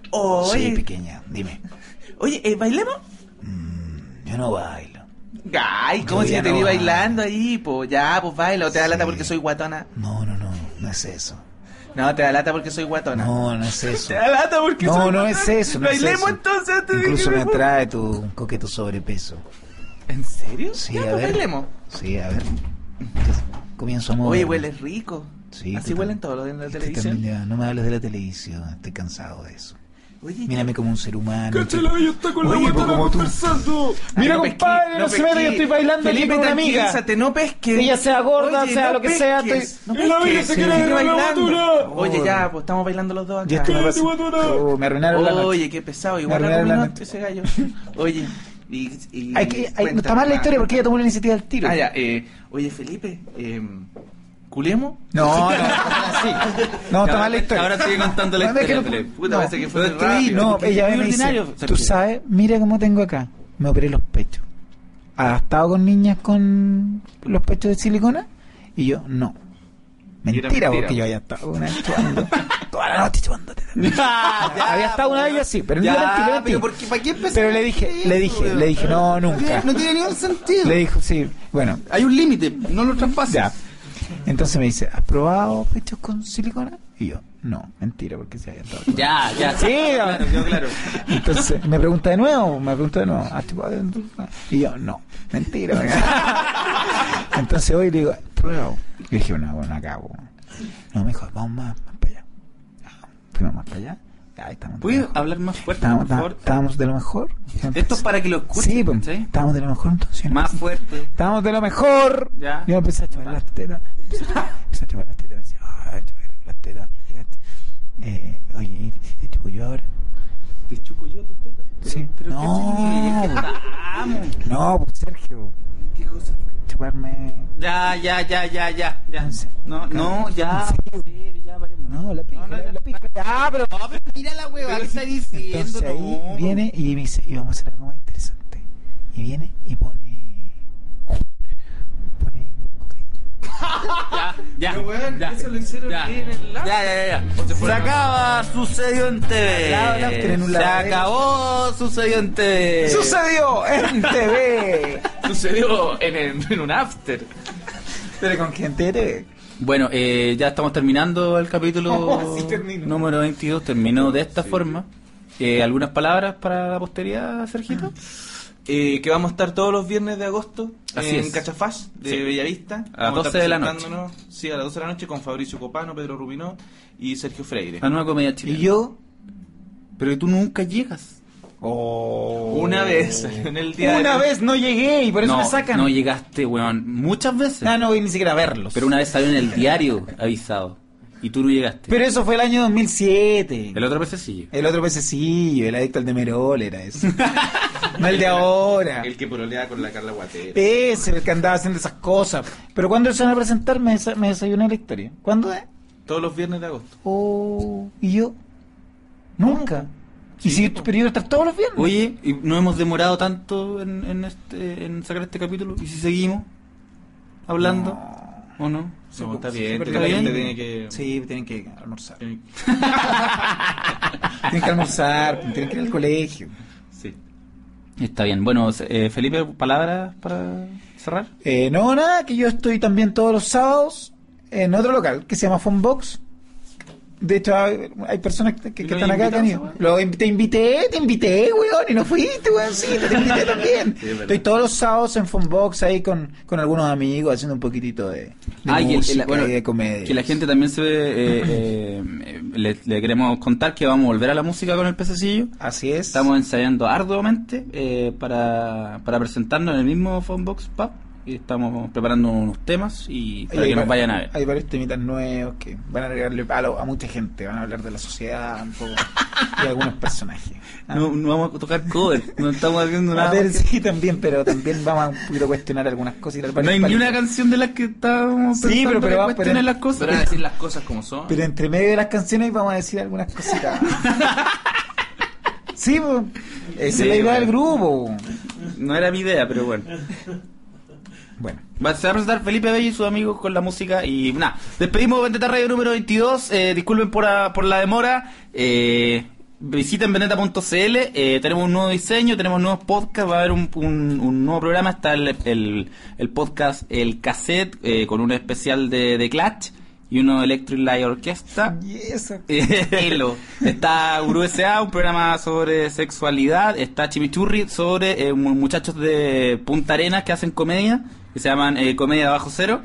C: Sí,
D: Oye,
C: pequeña, dime.
D: oye, eh, ¿bailemos?
C: Yo no bailo.
D: Ay, ¿cómo
C: Yo
D: si
C: ya
D: yo te
C: no
D: vi
C: bailo.
D: bailando ahí? Pues ya, pues baila, o te da
C: Sí.
D: lata porque soy guatona.
C: No, no, no, no es eso.
D: No, te da lata porque soy guatona.
C: No, no es eso.
D: Te da lata porque soy
C: No, no
D: guatona.
C: es eso. No es
D: Bailemos
C: eso.
D: entonces antes de que
C: Incluso me
D: me-
C: atrae tu coqueto sobrepeso.
D: ¿En serio?
C: Sí,
D: ya,
C: a
D: pues
C: ver.
D: bailemos.
C: Sí, a ver. Entonces, Comienzo a mover.
D: Oye, hueles rico.
C: Sí,
D: Así
C: tú
D: huelen
C: también.
D: todos los de la
C: Este
D: televisión.
C: también le da- No me hables de la televisión, estoy cansado de eso.
D: Oye,
C: Mírame como un ser humano.
B: yo está con
C: Oye, pues, como tú. Mira, compadre, no, se meta que estoy bailando aquí con una amiga.
D: no pesques.
C: Ella sea gorda,
D: Oye,
C: sea
D: no
C: lo que sea,
D: pesques.
C: estoy- no
D: pesques,
B: la amiga se quiere
D: estoy
B: agarrar la
D: bailando.
B: guatura.
D: Oye, ya, pues estamos bailando los dos acá.
C: Ya esto me
B: Cállate,
C: pasa.
B: guatona.
C: Oh, me arruinaron la noche.
D: Oye, qué pesado. Igual
C: Me
D: la
C: arruinaron la
D: combinó
C: noche.
D: ese gallo. Oye, y... y
C: Hay que, hay,
D: cuéntame
C: está mal la
D: más.
C: historia porque ella tomó la iniciativa del tiro.
D: Ah, ya, eh, oye, Felipe, eh, ¿culemos?
C: No, no, así. No, está mal la historia.
B: Ahora sigue contando la
C: No, es
B: historia.
C: que no-
B: Felipe.
D: Puta,
C: no,
D: parece que fue
B: lo destruí,
D: rápido.
C: No,
B: porque
C: ella
B: es muy
C: me dice,
B: ordinario,
C: tú
B: Sergio.
C: sabes, mira cómo tengo acá. Me operé los pechos. ¿Adaptado con niñas con los pechos de silicona? Y yo, no.
B: Y
C: Mentira,
B: era mentira.
C: porque yo había estado una vez chupando. toda la noche chupándote.
B: Ah, ya,
C: había estado una vez así, pero no
B: ya,
C: era mentira, era
B: pero
C: mentira.
B: ¿por qué, ¿para qué empezar?
C: Pero le dije, le dije, le dije, no, nunca.
B: No tiene ningún sentido.
C: Le dijo, sí, bueno,
B: Hay un límite, no lo traspases.
C: Ya. Entonces me dice, ¿has probado pechos con silicona? Y yo, no, mentira, porque se había estado. con-
B: Ya, ya.
C: Sí,
B: claro,
C: ya.
B: yo, claro.
C: Entonces me pregunta de nuevo, me pregunta de nuevo, ¿has probado? en tu- Y yo, no, mentira. porque-". Entonces hoy le digo, pruebo. Y dije, no, bueno, acabo. No, me dijo, vamos más, más para allá. Ah, Fuimos más para allá. Ahí estamos. de lo
B: ¿Puedes
C: mejor.
B: hablar más fuerte,
C: Estábamos,
B: por favor?
C: estábamos de lo mejor.
B: Esto es para que lo escuchen,
C: Sí, pues,
B: ¿cachai?
C: estábamos de lo mejor entonces.
B: Más fuerte.
C: Estábamos de lo mejor.
B: Ya.
C: Yo empecé a chupar las tetas. Empecé a chupar, empecé a chupar las tetas. Me decía, ah, chupar las tetas. Llegaste. Eh, oye, ¿y ¿te chupo yo ahora?
B: Te chupo yo tus tetas.
C: Sí. no,
B: Vamos.
C: no, pues, Sergio.
D: ¿Qué cosa?
C: Chuparme.
B: Ya, ya, ya, ya, ya. ya. No, no, ya.
C: En
B: Sí, ya paremos.
C: No, la pija,
B: No, no,
C: la,
B: ya.
C: la pija. Ah, pero.
B: No, pero mira la hueva que está diciendo.
C: Entonces ahí
B: no.
C: viene y me dice, y vamos a hacer algo más interesante. Y viene y pone. Pone cocaína.
B: Ya,
D: Pero, weón,
B: ya,
D: eso lo hicieron
B: ya,
D: bien en la-
B: Ya, ya, ya, ya. Se acaba, sucedió en
C: Al lado, en
B: TV.
C: un
B: Se
C: lavadero.
B: acabó, sucedió en
D: Eh,
B: TV.
C: Sucedió en TV.
D: Sucedió en, el- en un after.
C: pero con gente de TV.
B: Bueno, eh, ya estamos terminando el capítulo
C: Así Oh, termino.
B: número 22. Terminó de esta forma. Eh, ¿Algunas palabras para la posteridad, Sergito?
D: Eh, que vamos a estar todos los viernes de agosto
B: Así
D: en
B: es.
D: Cachafaz de
B: Sí.
D: Bellavista.
B: A
D: Vamos
B: las 12
D: estar
B: de la
D: presentándonos, Sí, a las 12 de la noche con Fabricio Copano, Pedro Rubinó y Sergio Freire.
B: La nueva comedia chilena.
C: Y yo.
B: Pero tú nunca llegas.
D: Una vez en el día
C: Oh. Una
D: de-
C: vez no llegué y por eso
B: no,
C: me sacan.
B: no llegaste, weón. Muchas veces.
C: Ah, no voy ni siquiera a verlos.
B: Pero una vez salió en el diario avisado. Y tú no llegaste.
C: Pero eso fue el año 2007.
B: El otro pececillo.
C: El otro pececillo, el adicto al demerol era eso. no el de ahora.
D: El que pololea con la Carla Guatera.
C: Ese, el que andaba haciendo esas cosas. Pero cuando se van a presentar, me, desa- me desayuné la historia. ¿Cuándo es?
D: Todos los viernes de agosto.
C: Oh, y yo. Nunca. y si pero yo iba a estar todos los viernes.
B: Oye, y no hemos demorado tanto en, en este, en sacar este capítulo. ¿Y si seguimos hablando? ¿O no?
D: No, está
C: sí,
D: bien,
C: pero
D: la
B: está
D: gente
B: bien.
D: tiene que...
C: Sí, tienen que almorzar.
D: tiene-
C: tienen que almorzar, tienen que ir al colegio.
D: Sí.
B: Está bien. Bueno, eh, Felipe, palabras para cerrar.
C: Eh, no, nada, que yo estoy también todos los sábados en otro local que se llama Fonbox. De hecho, hay, hay personas que, que
D: ¿Y lo
C: están acá que han
D: invitaste,
C: ido. Lo in- te invité, te invité, weón, y no fuiste, weón, sí, te invité también.
D: Sí, es verdad.
C: estoy todos los sábados en Fonbox ahí con, con algunos amigos haciendo un poquitito de, de
B: Ah, y el- el-
C: música
B: bueno,
C: y de comedia.
B: Que la gente también se ve. eh, eh, eh, le, le queremos contar que vamos a volver a la música con el pececillo.
C: Así es.
B: Estamos ensayando arduamente eh, para, para presentarnos en el mismo Funbox Pub. Y estamos preparando unos temas y
C: Ahí
B: para
C: hay
B: que nos
C: var-
B: vayan a ver.
C: Hay varios temitas nuevos que van a agregarle palo a mucha gente. Van a hablar de la sociedad un poco y algunos personajes. Ah.
B: No, no vamos a tocar cover, no estamos haciendo
C: A
B: nada.
C: ver,
B: porque-
C: Ah, sí, también, pero también vamos a un poquito cuestionar algunas cosas. y dar
B: No
C: varios
B: hay ni
C: palitos.
B: una canción de las que estábamos
C: Sí,
B: pensando
C: pero- pero
B: que
C: va-
B: cuestionen
C: pero-
B: las
D: Pero van a
B: cosas.
D: decir las cosas como son.
C: Pero entre medio de las canciones vamos a decir algunas cositas. sí, po. esa es
B: Sí,
C: la idea
B: bueno.
C: del grupo.
B: No era mi idea, pero bueno.
C: Bueno,
B: Va, se va a presentar Felipe Bello y sus amigos con la música y nada. Despedimos Vendetta Radio número 22. eh, disculpen por, ah, por la demora. eh, visiten vendetta.cl. eh, tenemos un nuevo diseño, tenemos nuevos podcasts. Va a haber un, un- un nuevo programa. Está el, el- el podcast El Cassette eh, con un especial de, de Clutch y uno de Electric Light Orchestra.
C: y eso.
B: Elo. Está Guru S.A., un programa sobre sexualidad. Está Chimichurri, sobre eh, mu- muchachos de Punta Arenas que hacen comedia, que se llaman eh, Comedia de Bajo Cero.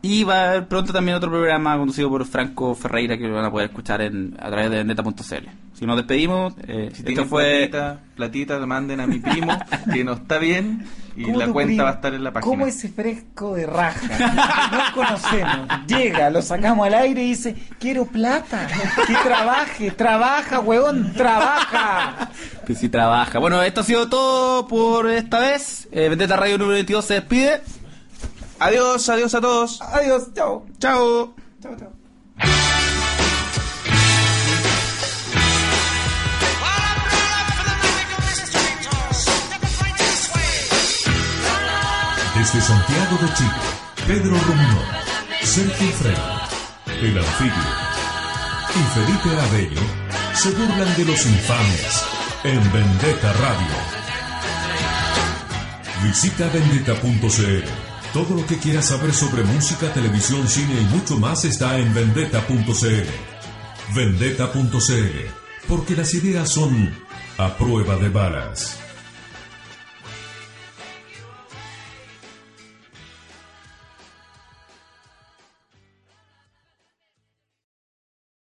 B: Y va a haber pronto también otro programa conducido por Franco Ferreira que lo van a poder escuchar en, a través de vendetta.cl. Si nos despedimos, eh,
D: Si
B: esto
D: tienen
B: fue.
D: platita, platita, la manden a mi primo, que no está bien, y
C: ¿Cómo
D: la
C: tu
D: cuenta
C: primo?
D: va a estar en la página.
C: ¿Cómo ese fresco de raja? No conocemos. Llega, lo sacamos al aire y dice, quiero plata, que trabaje, trabaja, huevón, trabaja.
B: Que sí trabaja. Bueno, esto ha sido todo por esta vez. Eh, Vendetta Radio número 22 se despide.
D: Adiós, adiós a todos.
C: Adiós, chao.
B: Chao.
C: Chao, chao.
A: Desde Santiago de Chile, Pedro Romunó, Sergio Freire, el anfibio y Felipe Abello se burlan de los infames en Vendetta Radio. Visita vendetta.cl. Todo lo que quieras saber sobre música, televisión, cine y mucho más está en vendetta.cl. Vendetta.cl, porque las ideas son a prueba de balas.